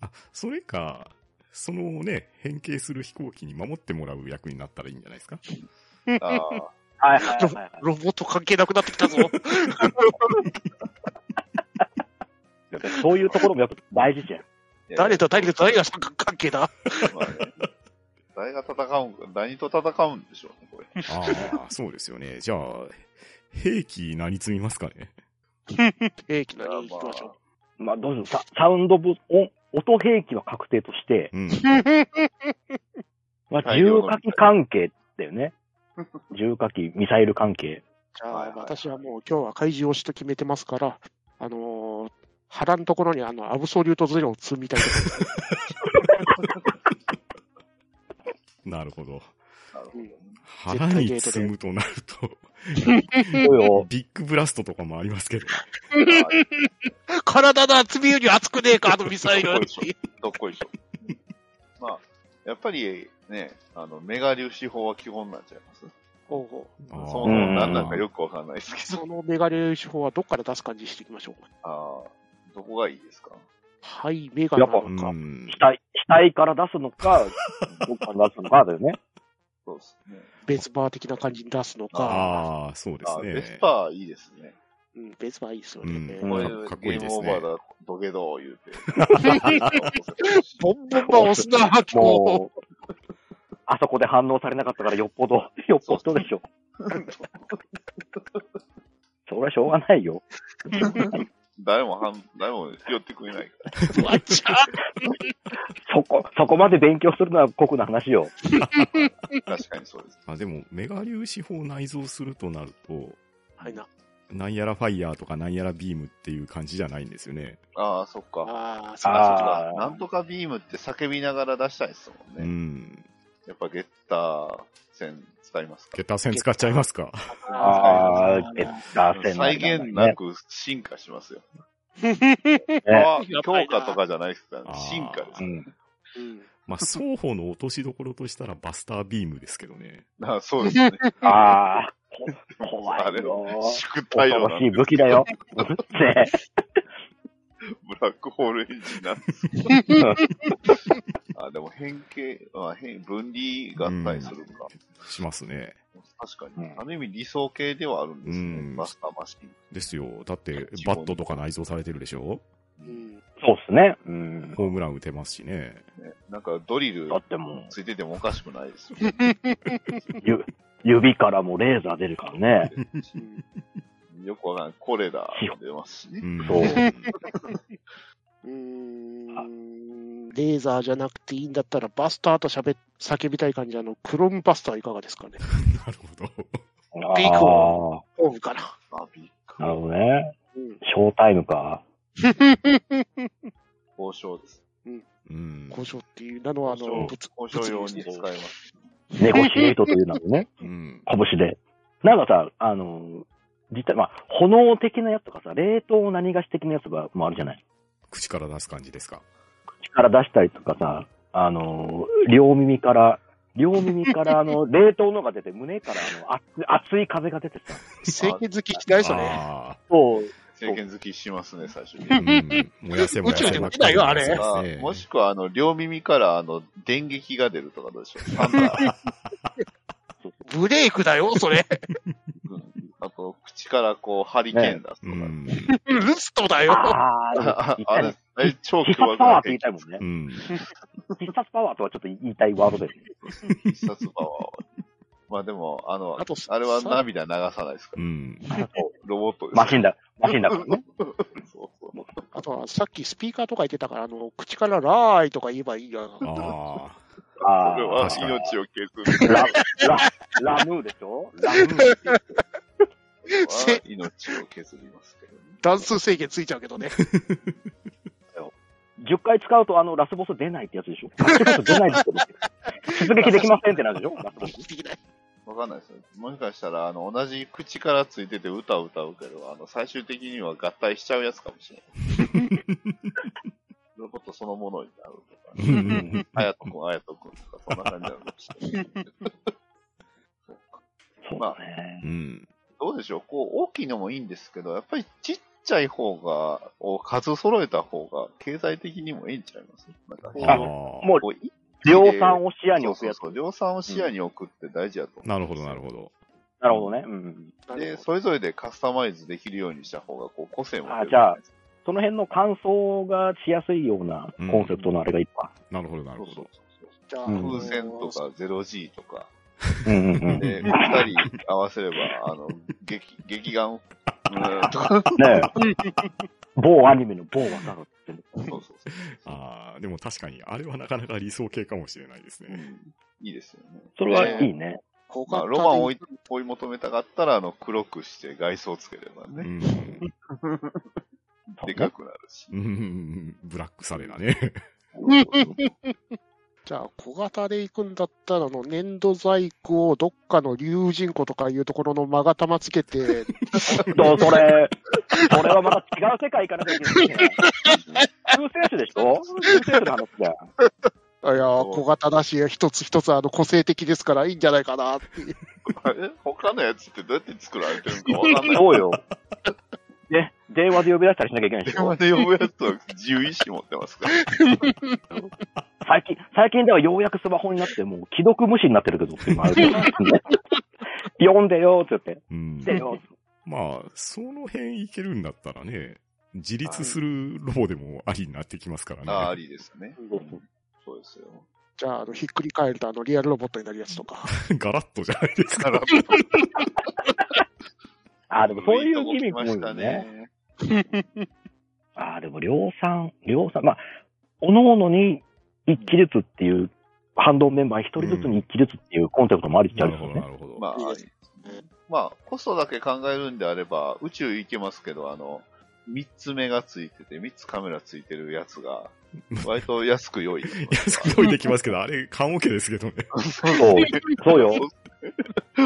Speaker 3: あ、それか、そのね、変形する飛行機に守ってもらう役になったらいいんじゃないですか。
Speaker 1: ああ、
Speaker 4: はいはいはいはい。
Speaker 2: ロボット関係なくなってきたぞ。
Speaker 4: そういうところもやっぱ大事じゃん。
Speaker 1: い
Speaker 2: *laughs*
Speaker 1: や
Speaker 2: 誰と誰と誰が三角関係だ
Speaker 1: まあね誰が戦うんか、何と戦うんでしょうね、これ。
Speaker 3: *laughs* ああ、そうですよね。じゃあ、兵器何積みますかね。
Speaker 2: 兵器なに行きましょ
Speaker 4: まあ、どうするササウンドボ音、音兵器は確定として、
Speaker 3: うん。
Speaker 4: まあ、
Speaker 1: 大量
Speaker 4: 重
Speaker 1: の
Speaker 4: 火器関係だよね。重火器、ミサイル関係。
Speaker 2: う。じゃ
Speaker 1: は
Speaker 2: あ
Speaker 1: いは、い
Speaker 2: 私はもう今日は怪獣推しと決めてますから、あのー腹のところにあの、アブソリュートゼロを積みたいと思います。
Speaker 3: なるほど。
Speaker 1: なるほどね
Speaker 3: 腹に積むとなる
Speaker 2: *laughs*
Speaker 4: そう
Speaker 3: と
Speaker 4: よ、。
Speaker 3: ビッグブラストとかもありますけど。
Speaker 5: 体の厚みより厚くねえか、あのミサイル。
Speaker 1: どっこいしょ。まあ、やっぱりね、あの、メガ粒子法は基本になっちゃいます。
Speaker 2: ほうほう
Speaker 1: そ
Speaker 3: あー
Speaker 1: もそも何なんかよくわかんないですけど。
Speaker 2: そのメガネ手法はどっから出す感じにしていきましょう。
Speaker 1: ああ、どこがいいですか
Speaker 2: はい、メガネなの
Speaker 3: う
Speaker 2: か。
Speaker 3: ん。
Speaker 4: *laughs* 死体、死体から出すのか、どっから出すのかだよね。
Speaker 1: そうですね。
Speaker 2: ベスバー的な感じに出すのか。
Speaker 3: ああ、そうで
Speaker 1: あ
Speaker 3: す
Speaker 1: あ、
Speaker 3: ね。
Speaker 1: ベスパーいいですね。
Speaker 2: うん、ベスバーいいっすよ
Speaker 3: う
Speaker 2: ね。
Speaker 3: ん
Speaker 1: これ
Speaker 3: かっこ
Speaker 1: ゲ
Speaker 3: いい
Speaker 1: ー
Speaker 3: で
Speaker 1: ム
Speaker 3: す
Speaker 1: オー
Speaker 3: ね
Speaker 1: バーだ、どげどー言うて。
Speaker 2: ボンボンバー押すな、今日。
Speaker 4: もう、
Speaker 1: *laughs*
Speaker 4: あそこで反応されなかったからよっぽど、よっぽどでしょ。それはしょうがないよ。
Speaker 1: 誰もはん、誰も寄ってくれないから。
Speaker 5: わっちゃ
Speaker 4: そこ、そこまで勉強するのは酷な話よ。
Speaker 1: 確かにそうです。
Speaker 3: あでも、メガ粒子砲内蔵するとなると、
Speaker 2: はいな。
Speaker 3: なんやらファイヤーとかなんやらビームっていう感じじゃないんですよね。
Speaker 1: ああ、そっか。
Speaker 2: ああ、そうかそうか。
Speaker 4: あー
Speaker 1: なんとかビームって叫びながら出したいですもんね。
Speaker 3: うん。
Speaker 1: やっぱゲッター線使いますか
Speaker 3: ゲッター戦使っちゃいますか。 *laughs*
Speaker 4: ああ、
Speaker 1: 使い
Speaker 4: ゲ
Speaker 1: ま
Speaker 4: ッター戦
Speaker 1: す再現なく進化しますよ。あ強化とかじゃないですからね
Speaker 3: あー
Speaker 1: 進化です
Speaker 4: う
Speaker 1: ね。
Speaker 4: ん。
Speaker 2: うん
Speaker 3: まあ、双方の落としどころとしたらバスタービームですけどね。
Speaker 1: あそうですね。
Speaker 4: ああ、こ怖
Speaker 1: あ
Speaker 4: い
Speaker 1: れ
Speaker 4: よ。
Speaker 1: は宿題
Speaker 4: 恐
Speaker 1: 量
Speaker 4: ろ
Speaker 1: なん
Speaker 4: しい
Speaker 1: で
Speaker 4: 武器だよ。うっせ
Speaker 1: ブラックホールエンジンなんですけどあ、でも変形、まあ、変分離合体するか。
Speaker 3: しますね。
Speaker 1: 確
Speaker 4: う
Speaker 1: かに。
Speaker 4: ん
Speaker 1: ある意味理想系ではあるんです
Speaker 3: う
Speaker 1: ね。
Speaker 3: ん
Speaker 1: バスターマシン。
Speaker 3: ですよ。だって、バットとか内蔵されてるでしょ
Speaker 2: うん
Speaker 4: そうっすね。うん。
Speaker 3: ホームラン打てますしね。
Speaker 1: ねなんかドリル
Speaker 4: だっても
Speaker 1: ついててもおかしくないですよ。
Speaker 4: う、ゆ指からもレーザー出るからね。
Speaker 2: うん
Speaker 1: よくわからない。コレラ出ますしね。
Speaker 3: うん。 *laughs*
Speaker 4: そう
Speaker 2: うーんレーザーじゃなくていいんだったら、バスターと喋っ叫びたい感じのあの、クロームバスターいかがですかね。
Speaker 3: なるほど。
Speaker 4: あ
Speaker 2: ビッグ
Speaker 4: あ
Speaker 2: ホームから。
Speaker 1: あ、びっく
Speaker 4: ー、なる
Speaker 1: り。
Speaker 4: ほどね。
Speaker 2: うん
Speaker 4: ショータイムか。
Speaker 1: 交渉です。
Speaker 3: うん。
Speaker 2: 交渉っていうなのは、あの、
Speaker 1: 交
Speaker 2: ぶつ
Speaker 1: 交渉用に使います。
Speaker 4: ネゴシエイトという名のね、
Speaker 3: うん。
Speaker 4: 拳で。なんかさ、あの、実際、まあ、炎的なやつとかさ、冷凍何がし的なやつがもあるじゃない。
Speaker 3: 口から出す感じですか。
Speaker 4: 力出したりとかさ、あの、両耳から、両耳から、あの、冷凍のが出て、胸から、あの、熱熱い風が出てさ。
Speaker 2: 清潔好き嫌いそれ。
Speaker 3: あ
Speaker 4: そう。
Speaker 1: 政権好きしますね、最初に。
Speaker 3: あ。うん。燃やせ燃やせばっ
Speaker 5: 宇
Speaker 3: かり
Speaker 5: 宙で落ちないよあれ
Speaker 3: ですね
Speaker 1: あもしくは、あの、両耳から、あの、電撃が出るとかどうでしょう。サンダー。
Speaker 5: ブレイクだよ、そ
Speaker 1: *laughs*
Speaker 5: れ。
Speaker 1: うんあと、口からこう、ハリケーン出すと
Speaker 3: う
Speaker 1: か。
Speaker 3: ん。
Speaker 5: ルストだよ。
Speaker 4: あ
Speaker 1: あ
Speaker 4: あ、
Speaker 1: あれ、あれ超
Speaker 4: 必
Speaker 1: 凶
Speaker 4: 殺
Speaker 1: 悪
Speaker 4: パワー
Speaker 1: な
Speaker 4: って言いたいもんね
Speaker 3: う。ん。
Speaker 4: 必殺パワーとはちょっと言いたいワードです。
Speaker 1: 必殺パワーは。まあでも、あの、
Speaker 2: あと、
Speaker 1: あれは
Speaker 2: さ
Speaker 1: 涙流さないですか
Speaker 3: う
Speaker 1: ら。
Speaker 3: ん。
Speaker 1: ロボットです。
Speaker 4: マシンだ、マシンだからね。
Speaker 1: そうそう。
Speaker 2: あとはさっきスピーカーとか言ってたから、あの、口からラーイとか言えばいいやん。
Speaker 3: ああ。
Speaker 1: そ
Speaker 4: あ
Speaker 1: れは
Speaker 3: 確かに
Speaker 1: 命
Speaker 3: *laughs*
Speaker 1: を削る。
Speaker 4: ラ、ラ、ラムーでしょラムー。
Speaker 1: それは命を削りますけどね。
Speaker 2: 段数制限ついちゃうけど
Speaker 1: *laughs*
Speaker 2: ね。
Speaker 4: 10回使うとあのラスボス出ないってやつでしょラスボス出ないってこと出撃できませんってなるでしょラスボス。
Speaker 2: できない
Speaker 1: わかんないですよ。もしかしたら、あの、同じ口からついてて歌を歌うけど、あの、最終的には合体しちゃうやつかもしれない。
Speaker 3: *laughs*
Speaker 1: ロボットそのものになるとか、
Speaker 3: う
Speaker 1: ね、
Speaker 3: ん
Speaker 1: あやとくん、あやとくんとか、そんな感じなのかもしれない。そうか
Speaker 4: そうだね。
Speaker 3: うん。
Speaker 1: どうでしょうこう、大きいのもいいんですけど、やっぱりちっちゃい方が、を数揃えた方が、経済的にもいいんちゃいますなんか、
Speaker 3: ああ。
Speaker 4: もう
Speaker 1: こう一気で
Speaker 4: 量産を視野に置くやつ。
Speaker 1: そうそうそう量産を視野に置くって大事だと思う
Speaker 3: なるほど、なるほど。
Speaker 4: なるほどね。うん。
Speaker 2: なる
Speaker 1: で、
Speaker 2: ほ
Speaker 1: それぞれでカスタマイズできるようにした方が、こう、個性も
Speaker 4: あ
Speaker 1: 出る
Speaker 4: じゃあその辺の感想がしやすいようなコンセプトのあれがいっぱ
Speaker 3: なるほど、なる
Speaker 1: そう
Speaker 3: ほ
Speaker 1: そう
Speaker 3: ど。
Speaker 1: そう
Speaker 2: じゃあ、
Speaker 4: うん
Speaker 1: 風船とか 0G とか、
Speaker 4: い。うんうんうん。ね
Speaker 1: で、二人合
Speaker 4: *laughs*
Speaker 1: わせれば、あの、劇、劇眼、うんとか、
Speaker 4: *laughs* え某アニメの某技のってね
Speaker 1: そうそうそう。
Speaker 3: ああ、でも確かに、あれはなかなか理想系かもしれないですね。
Speaker 1: いいですよね。
Speaker 4: それはいいね。
Speaker 2: 小
Speaker 1: まあ、
Speaker 2: 型で
Speaker 1: ロマンを追い追い求めたかったら、あの、黒くして外装つければ
Speaker 3: う
Speaker 1: ね、
Speaker 3: ん。
Speaker 1: でかくなるし。
Speaker 3: *laughs* うんブラックサレだね。
Speaker 1: *laughs*
Speaker 2: じゃあ、小型で行くんだったら、あの、粘土細工をどっかの竜神湖とかいうところの勾玉つけて、
Speaker 4: そうそれ、それはまた違う世界行かなきゃいけないね。救世主でしょ救世主の話だよ。
Speaker 2: あいやー、
Speaker 1: そう
Speaker 2: 小型だし、一つ一つあの個性的ですからいいんじゃないかなっていう。
Speaker 1: え他のやつってどうやって作られてる
Speaker 4: *laughs*
Speaker 1: のかわかんない。
Speaker 4: そうよ。ね、電話で呼び出したりしなきゃいけないでし
Speaker 1: 電
Speaker 4: ょ
Speaker 1: 話。 *laughs* で呼ぶやつは自由意志持ってますから。
Speaker 4: 最近、最近ではようやくスマホになって、もう既読無視になってるけどっていうのもあるけど。読んでよーって言って。
Speaker 3: うん
Speaker 4: 来。てよーって
Speaker 3: まあ、その辺いけるんだったらね、自立するロボでもありになってきますからね。
Speaker 1: ああ、ありですね。
Speaker 4: そうそう
Speaker 1: そうですよ。
Speaker 2: じゃあ、あの、ひっくり返るとあの、リアルロボットになるやつとか。
Speaker 3: *laughs* ガラッとじゃないですか。
Speaker 4: あーでもそういうギミック
Speaker 1: いいとこ来まし
Speaker 4: もい
Speaker 1: た
Speaker 4: いね。
Speaker 1: ね。
Speaker 4: ああ、でも量産、量産、まあ、おのおのに一機ずつっていう、反動メンバー一人ずつに一機ずつっていうコンセプトもありっち
Speaker 3: *laughs* な
Speaker 4: ゃう
Speaker 3: る
Speaker 4: よ
Speaker 3: ほど、
Speaker 4: ね。
Speaker 3: なるほど。
Speaker 1: まあ、ありまあ、コストだけ考えるんであれば、宇宙行けますけど、あの、三つ目がついてて、三つカメラついてるやつが、割と安く良い。
Speaker 3: *laughs* 安く用意できますけど、あれ、缶オケですけどね。
Speaker 1: そう
Speaker 4: そうそうよ。
Speaker 1: *laughs*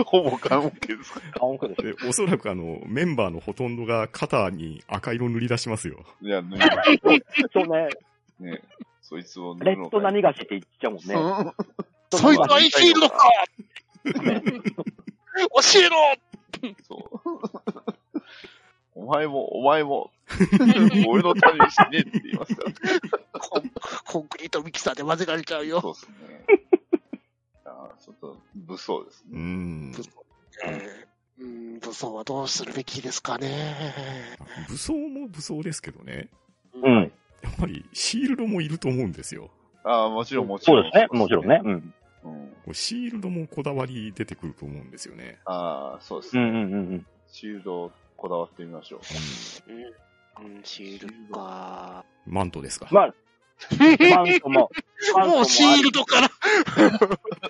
Speaker 1: ほぼ缶オケですから。
Speaker 4: あ、本当ですよ。
Speaker 3: でおそらくあの、メンバーのほとんどが肩に赤色塗り出しますよ。
Speaker 1: いや、脱いだ
Speaker 4: そうね、
Speaker 1: ね。そいつを
Speaker 4: レッド何がしって言っちゃうもんね。
Speaker 1: ね。
Speaker 5: *laughs* そいつは生きるの
Speaker 2: *laughs*
Speaker 5: か教えろ
Speaker 1: そう。お前も、お前も、俺のために死ねって言いますから。
Speaker 5: コンコンクリートミキサーで混ぜられちゃうよ。
Speaker 1: そうですね。ああ、ちょっと、物騒です
Speaker 3: うー
Speaker 1: ね。
Speaker 3: ん。
Speaker 2: えー、うん、武装はどうするべきですかね。
Speaker 3: 武装も武装ですけどね。
Speaker 4: うん。
Speaker 3: やっぱりシールドもいると思うんですよ。
Speaker 1: ああ、もちろん、もち
Speaker 4: そ
Speaker 1: ろ。
Speaker 4: うんですね。もちろんね。。うん。
Speaker 1: うん。
Speaker 3: こうシールドもこだわり出てくると思うんですよね。
Speaker 1: ああ、そうです
Speaker 4: う
Speaker 1: ね。
Speaker 4: んうんうんうん。
Speaker 1: シールド、こだわってみましょう。
Speaker 5: うん、シールか。
Speaker 3: マントですか。
Speaker 4: まあ、マントも。マント
Speaker 5: *laughs* も
Speaker 4: も
Speaker 5: うシールドから、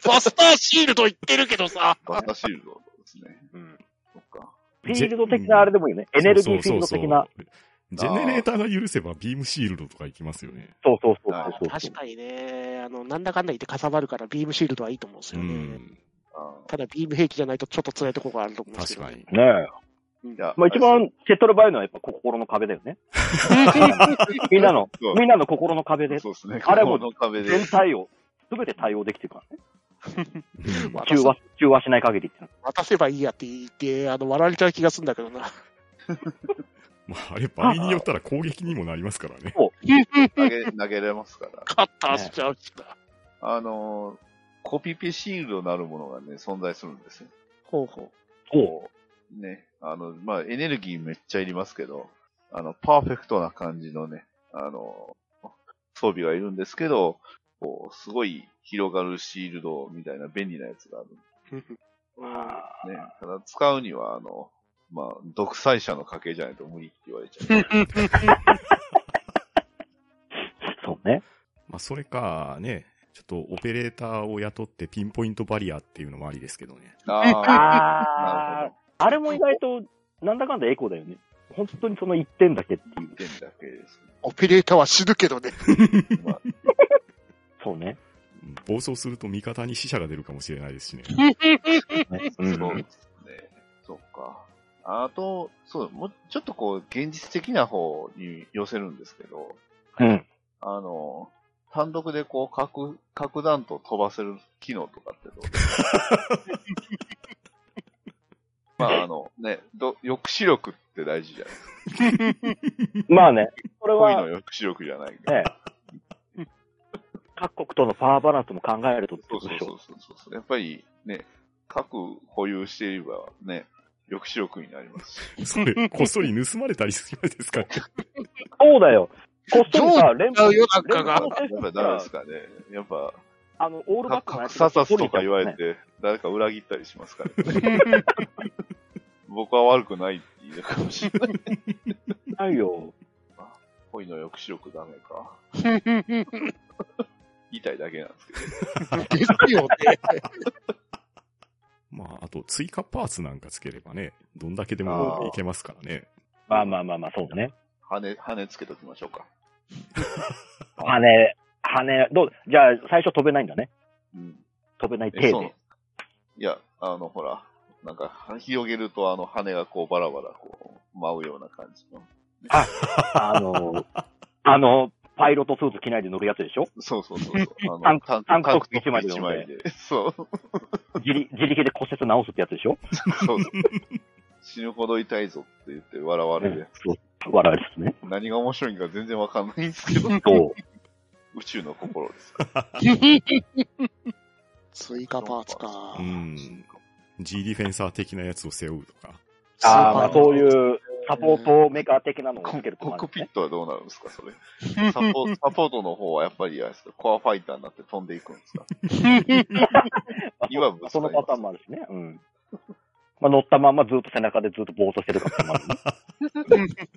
Speaker 5: バスターシールド言ってるけどさ。
Speaker 1: バッタシールドですね。
Speaker 5: うん。
Speaker 1: そっか。
Speaker 4: フィールド的なあれでもいいよね。エネルギーフィールド的な。
Speaker 3: そうそうそうそう。ジェネレーターが許せばビームシールドとかいきますよね。
Speaker 4: そうそうそう
Speaker 1: あ
Speaker 4: そうそ
Speaker 2: 確
Speaker 4: う。
Speaker 2: かにね、あの、なんだかんだ言ってかさばるから、ビームシールドはいいと思うんです
Speaker 3: う
Speaker 2: よね。
Speaker 3: ん。
Speaker 1: あ
Speaker 2: ただ、ビーム兵器じゃないとちょっと辛いところがあると思うんです
Speaker 3: 確
Speaker 2: けど、
Speaker 3: かに。
Speaker 4: ねえ。
Speaker 1: あ。いや
Speaker 4: まあ一、番手っ取り早いのはやっぱ心の壁だよね。 *laughs* みんなの、みんなの心の壁で
Speaker 1: そうですね。
Speaker 4: あれも
Speaker 1: この壁で
Speaker 4: 全。体を、すべて対応できてるからね。
Speaker 3: うん
Speaker 2: まあ
Speaker 4: 中和、中和しない限りっていうの
Speaker 2: 渡せばいいやって言って、あの、割られちゃう気がするんだけ
Speaker 5: *laughs*
Speaker 2: どな。
Speaker 3: まあ、あれ、場合によったら攻撃にもなりますからね。
Speaker 1: 投げ、投げれますから。
Speaker 5: カッターしちゃうしな。
Speaker 1: あのー、コピペシールドなるものがね、存在するんですよ。
Speaker 2: ほうほ
Speaker 4: お
Speaker 1: ね。あの、まあ、エネルギーめっちゃいりますけど、あの、パーフェクトな感じのね、あの、装備がいるんですけど、こう、すごい広がるシールドみたいな便利なやつがある
Speaker 2: う。
Speaker 1: んでね。ただ、使うには、あの、まあ、独裁者の家系じゃないと無理って言われち
Speaker 2: *laughs*
Speaker 1: ゃう。
Speaker 4: そうね。
Speaker 3: まあ、それか、ね、ちょっとオペレーターを雇ってピンポイントバリアっていうのもありですけどね。
Speaker 1: あ
Speaker 4: あ
Speaker 1: あ、なるほ
Speaker 4: *laughs* あれも意外と、なんだかんだエコだよね。本当にその一点だけっていう。
Speaker 1: ど。1点だけです
Speaker 2: *laughs* オペレーターは死ぬけどね。
Speaker 1: ね。まあ、
Speaker 4: そうね。
Speaker 3: うん暴走すると味方に死者が出るかもしれないですしね。
Speaker 4: ね
Speaker 1: そうですね。そっか。あと、そう、もうちょっとこう、現実的な方に寄せるんですけど、
Speaker 4: うん。
Speaker 1: あの、単独でこう、核、核弾頭飛ばせる機能とか
Speaker 4: *laughs*
Speaker 1: ってどうですかまあ、あの、ね、ど、抑止力って大事じゃないですか。
Speaker 4: まあね、これ
Speaker 1: 恋
Speaker 4: は、
Speaker 1: の抑止力じゃないけど。
Speaker 4: ね、各国とのパワーバランスも考えるとって
Speaker 1: そ
Speaker 4: こ
Speaker 1: う
Speaker 4: と
Speaker 1: そう
Speaker 4: でし
Speaker 1: そ
Speaker 4: ょ。
Speaker 1: うそうそう。やっぱり、ね、核保有していれば、ね、抑止力になりますし。
Speaker 3: それ、こっそり盗まれたりするんですかね。
Speaker 4: そうだよ。こっそ
Speaker 5: ど
Speaker 4: りさ、連
Speaker 5: ちゃう
Speaker 4: 邦、
Speaker 5: よ、なんか
Speaker 1: や
Speaker 5: が
Speaker 2: *laughs*
Speaker 1: っ。ぱダメですかね。やっぱ、
Speaker 4: あの、オールバックのやつ
Speaker 1: 格差
Speaker 4: がこっそ
Speaker 1: 殺
Speaker 4: り行っ
Speaker 1: と
Speaker 4: たも
Speaker 1: か
Speaker 4: んね
Speaker 1: 言われて、誰か裏切ったりしますから。
Speaker 4: *laughs*
Speaker 1: 僕は悪くないって言えるかもしれない。
Speaker 4: ないよ。
Speaker 1: 恋の抑止力ダメか。言いたいだけなんですけど。
Speaker 5: ですよ *laughs* ね。
Speaker 3: まあ、あと追加パーツなんかつければね、どんだけでもいけますからね。
Speaker 4: まあまあまあまあ、そうね。
Speaker 1: 羽、羽つけときましょうか。
Speaker 4: 羽、羽、どう、じゃあ、最初飛べないんだね。
Speaker 1: うん。
Speaker 4: 飛べない
Speaker 1: え、
Speaker 4: 程
Speaker 1: そう
Speaker 4: 度。。
Speaker 1: いや、あの、ほら、なんか、広げるとあの羽がこうバラバラこう舞うような感じの。
Speaker 4: あ
Speaker 1: *laughs*
Speaker 4: の、あの、パイロットスーツ着ないで乗るやつでしょ
Speaker 1: そうそうそうそう。あ
Speaker 4: タン
Speaker 1: の、タン
Speaker 4: タンクトップ
Speaker 1: タンクトップ
Speaker 4: 一
Speaker 1: 一
Speaker 4: 枚
Speaker 1: 枚で。そう。
Speaker 4: 自力自力で骨折直すってやつでしょ
Speaker 1: そう死ぬほど痛いぞって言って笑われるや
Speaker 4: そう。笑いです
Speaker 1: *laughs*
Speaker 4: ね。
Speaker 1: つ。何が面白いんか全然わかんないんですけど、
Speaker 4: そう。
Speaker 1: 宇宙の心です。
Speaker 2: 追加パーツか
Speaker 3: う。ん。G ディフェンサー的なやつを背負うとか。
Speaker 4: ああ、まあ
Speaker 2: スーパー
Speaker 4: そういうサポートメーカー的なのを
Speaker 1: コ
Speaker 4: つけると
Speaker 1: コッ
Speaker 4: か
Speaker 1: クピットはどうなるんですか、それ。サポ
Speaker 2: *laughs*
Speaker 1: サポートの方はやっぱりあれですか、コアファイターになって飛んでいくんですか。
Speaker 5: *laughs*
Speaker 1: いわば
Speaker 4: そのパターンもあるしね。うん。まあ乗ったまんまずっと背中でずっとぼーっとしてるからもあるね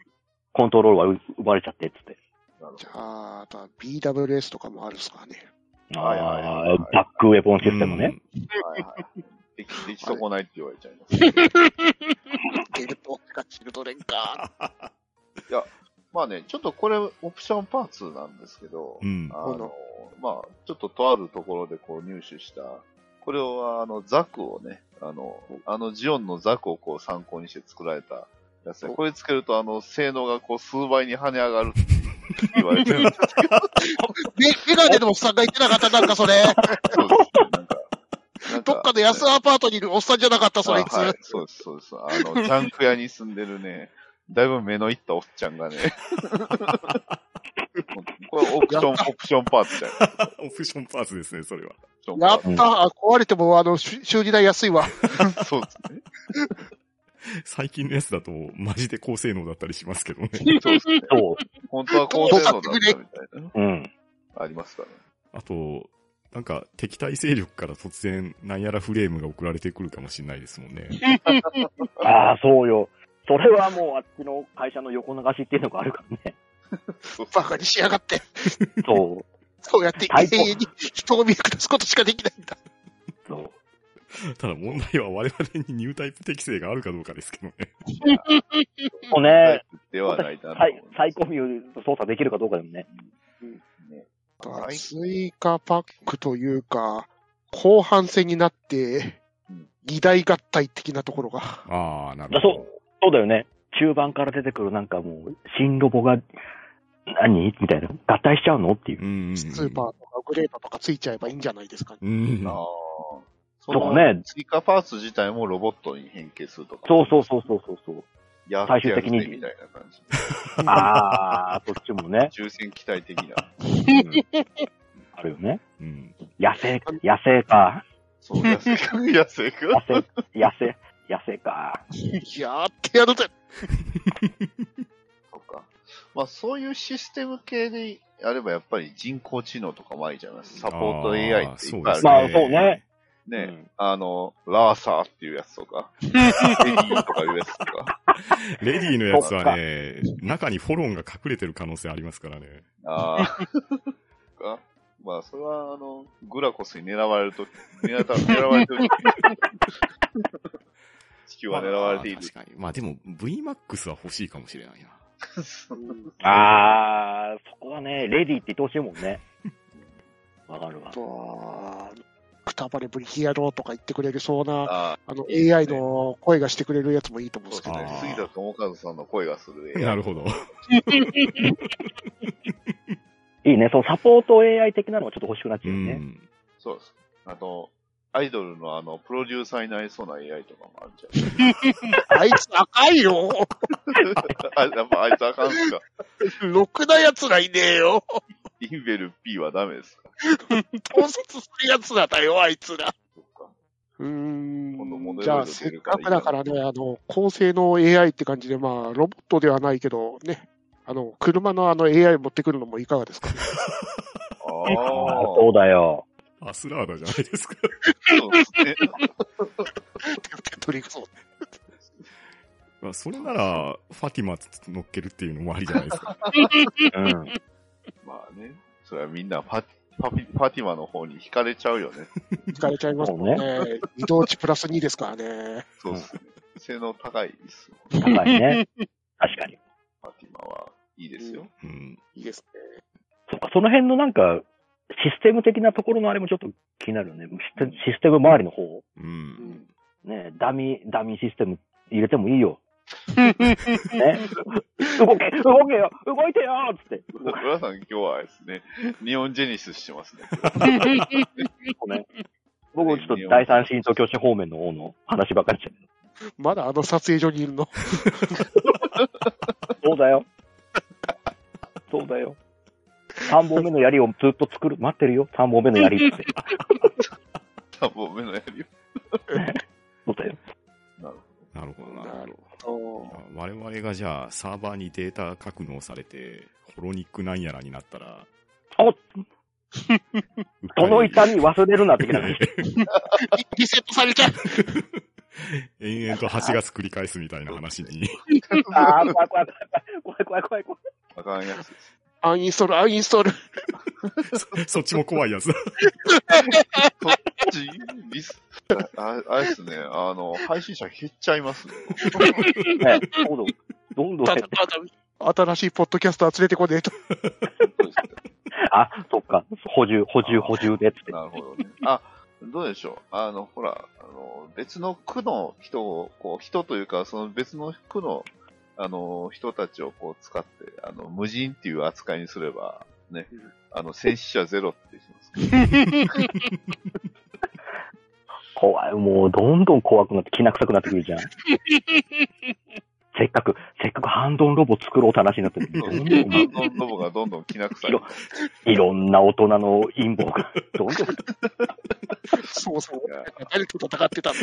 Speaker 4: コントロールはう奪われちゃって、つって。
Speaker 1: なるほ
Speaker 2: じゃあ、あとは BWS とかもあるっすからね。
Speaker 1: はいはいはいはい
Speaker 4: あーバックウェポンシステムね。
Speaker 1: どはいはい。でき、でき損ないって言われちゃいます。
Speaker 2: ゲルト
Speaker 5: かシルドレンか。
Speaker 1: *laughs* まあね、ちょっとこれオプションパーツなんですけど、
Speaker 3: うん。うん。
Speaker 1: あの、まあ、ちょっととあるところでこう入手した、これはあの、ザクをね、あの、あのジオンのザクをこう参考にして作られたやつで、これつけるとあの、性能がこう数倍に跳ね上がるって言われてるんですけど、
Speaker 5: メメガネのおっさんが言ってなかった、なんかそれ。
Speaker 1: そうですねなんか、なん
Speaker 5: どっかの安アパートにいるおっさんじゃなかった、それいつ。
Speaker 1: あはい、そうです、そうです。あ
Speaker 5: *laughs*
Speaker 1: の、ジャンク屋に住んでるね、だいぶ目のいったおっちゃんがね、これオプション、オプションパーツじゃないオプ
Speaker 3: オプションパーツですね、それは。
Speaker 1: ションパ
Speaker 2: や
Speaker 1: ー
Speaker 2: っ
Speaker 1: ツ
Speaker 2: たー壊れても、あの、し修理代安いわ。 *laughs*
Speaker 1: そうですね。
Speaker 3: 最近のやつだと、マジで高性能だったりしますけどね。
Speaker 1: そうですね。
Speaker 4: そ
Speaker 1: 本当はこうせんのだったみたいな。
Speaker 4: う。うん。
Speaker 1: ありますからね。
Speaker 3: あと、なんか敵対勢力から突然、なんやらフレームが送られてくるかもしれないですもんね。
Speaker 4: ああ、そうよ。それはもうあっちの会社の横流しっていうのがあるからね。
Speaker 5: バカにしやがって。
Speaker 4: そう。
Speaker 5: そうやって
Speaker 4: 最高
Speaker 5: 永遠に人を見下すことしかできないんだ。
Speaker 4: そう。
Speaker 3: ただ問題は我々にニュータイプ適性があるかどうかですけどね。
Speaker 4: そうね。
Speaker 1: ではないだろう。
Speaker 4: サイサイコミュー操作できるかどうかでもね。
Speaker 2: だか
Speaker 1: は
Speaker 2: ら
Speaker 1: い
Speaker 2: 追加パックというか、後半戦になって
Speaker 1: うん、
Speaker 2: 二大合体的なところが。
Speaker 3: ああ、なる
Speaker 4: だ
Speaker 3: ほ
Speaker 4: そ
Speaker 3: ど。
Speaker 4: う。そうだよね。中盤から出てくるなんかもう、新ロボが、何みたいな。合体しちゃうのっていう。
Speaker 3: うんうんうん。
Speaker 2: スーパーとかグレートとかついちゃえばいいんじゃないですかね。
Speaker 3: うん。
Speaker 1: ああ
Speaker 3: あ。
Speaker 1: そ
Speaker 4: そ
Speaker 1: の
Speaker 4: うね
Speaker 1: 追加パーツ自体もロボットに変形するとか。
Speaker 4: そうそうそうそうそうそう。
Speaker 1: う。や
Speaker 4: 最
Speaker 1: っ
Speaker 4: 終
Speaker 1: てやる
Speaker 4: 的
Speaker 1: ぜ
Speaker 4: に
Speaker 1: みたいな感じ。
Speaker 4: ああ、そっちもね。
Speaker 1: 重戦機体的な。
Speaker 4: あるよね。
Speaker 3: うん。
Speaker 4: 野生、野生か。
Speaker 1: そう、安いか。安い
Speaker 4: 野
Speaker 1: か。
Speaker 4: 生、野生、野生か。
Speaker 5: やってやるぜ。
Speaker 1: とか。まあそういうシステム系であればやっぱり人工知能とかもありじゃないですか。サポート AI っていっぱいある
Speaker 4: まあそうね。
Speaker 1: ね。
Speaker 4: う
Speaker 1: ね
Speaker 4: ん
Speaker 1: あの、ラーサーっていうやつとか、レディーとかいうやつと *laughs* か。
Speaker 3: レディーのやつはね、中にフォロンが隠れてる可能性ありますからね。
Speaker 1: ああ。まあ、それは、あの、グラコスに狙われると、狙った狙われて *laughs* る。地球は狙われている
Speaker 3: まあ。確かに。まあでも、VMAX は欲しいかもしれないな。
Speaker 4: ああ、そこはね、レディーって言ってほしいもんね。わかるわ
Speaker 2: あ。とは、くたばれぶりヒアローとか言ってくれるそうな、
Speaker 1: あ
Speaker 2: あの
Speaker 1: いいですね
Speaker 2: AI の声がしてくれるやつもいいと思う
Speaker 1: あ、
Speaker 2: んで
Speaker 1: そ
Speaker 2: す
Speaker 1: うで
Speaker 2: けど。
Speaker 1: すね
Speaker 3: あ。ー
Speaker 1: 杉田智和さんの声がする絵。
Speaker 3: なるほど。
Speaker 4: いいね、そのサポート AI 的なのはちょっと欲しくなっちゃ
Speaker 3: う
Speaker 4: うよね。
Speaker 3: ん。
Speaker 1: そうです。あと、アイドルのあの、プロデューサーになりそうな AI とかもあるんじ
Speaker 5: あいつ赤いよ。
Speaker 1: ゃない *laughs* あ、やっぱあいつあかんすか。
Speaker 5: *laughs* ろくな奴らいねえよ。 *laughs*
Speaker 1: インベル P はダメですか。
Speaker 5: 盗撮する奴らだよ、あいつら。
Speaker 1: そっか
Speaker 2: うー
Speaker 1: 今度
Speaker 2: ん。
Speaker 1: 物
Speaker 2: じゃあ、
Speaker 1: 色
Speaker 2: せ
Speaker 1: 出
Speaker 2: って
Speaker 1: るから
Speaker 2: か
Speaker 1: いい
Speaker 2: く
Speaker 1: な
Speaker 2: だからね、あの、高性能 AI って感じで、まあ、ロボットではないけど、ね、あの、車のあの AI 持ってくるのもいかがで
Speaker 5: *laughs*
Speaker 2: すか、
Speaker 4: あ
Speaker 1: ああ、
Speaker 4: そうだよ。
Speaker 3: アスラーダじゃないです *laughs* か。
Speaker 1: そうですね。
Speaker 2: 手取りそう。
Speaker 3: まあ、それなら、ファティマ乗っけるっていうのもありじゃないですか。
Speaker 4: うん。
Speaker 1: まあね、それはみんなファティファティファティマの方に惹かれちゃうよね。
Speaker 2: 行かれちゃいますもんね。移動値プラス2ですか
Speaker 5: *laughs*
Speaker 2: らね。
Speaker 1: そうですね。性能高いですよ。
Speaker 4: 高いね。確かに。
Speaker 1: ファティマはいいですよ。
Speaker 3: うん。
Speaker 2: いいです
Speaker 4: そっか、その辺のなんか、システム的なところのあれもちょっと気になるよね。システシステム周りの方。
Speaker 3: うん。
Speaker 4: ね、ダミー、ダミーシステム入れてもいいよ。ね、動け、動けよ、動いてよっつって。
Speaker 1: 浦さん今日はですね、日本ジェニスしてますね。
Speaker 4: ごめん。僕、ちょっと第三新東京市方面の方の話ばっかりしちゃう
Speaker 2: ね。まだあの撮影所にいるの。
Speaker 4: そうだよ。そうだよ。3本目の槍をずっと作る、待ってるよ、3本目の槍って。
Speaker 1: 多分目のやりよ。
Speaker 4: そうだよ。
Speaker 1: なる
Speaker 3: なるほどな。
Speaker 2: なるほど。
Speaker 3: 我々がじゃあ、サーバーにデータ格納されて、ホロニックなんやらになったら、
Speaker 4: お
Speaker 3: うっか
Speaker 4: そ
Speaker 3: り
Speaker 4: の痛み忘れるなってな
Speaker 5: リセットされ
Speaker 2: *laughs*
Speaker 5: ちゃう。
Speaker 3: 延々と8月繰り返すみたいな話 *laughs* に。
Speaker 4: ああ、怖い怖い怖い怖い怖い怖い怖い。
Speaker 1: ほど。あかんやつです。
Speaker 2: アンインストール、アンイン
Speaker 5: *laughs*
Speaker 2: ストール。
Speaker 3: そそっちも怖いやつだ。
Speaker 1: そっちリスああれですね、あの、配信者減っちゃいますね。
Speaker 4: ね、そうだどんどん減
Speaker 5: ただ
Speaker 4: って、
Speaker 5: ただ
Speaker 2: 新しいポッドキャスター連れてこねえと。
Speaker 4: あ、そっか、補充、補充、補充でっつって。
Speaker 1: なるほどね。あ、どうでしょう。あの、ほら、あの、別の区の人を、こう、人というか、その別の区の、あの、人たちをこう使って、あの、無人っていう扱いにすれば、ね
Speaker 2: うん、
Speaker 1: あの、戦死者ゼロってしますけど
Speaker 4: 怖い、もうどんどん怖くなって、きな臭くなってくるじゃん。せっかく、せっかくハンドンロボ作ろうって話になってる。どんどんもう
Speaker 1: どんどん僕がどんどん着なくさい。
Speaker 4: 広いろんな大人の陰謀が、どんどん、
Speaker 2: そうそう
Speaker 1: いや。
Speaker 2: 誰と戦ってたん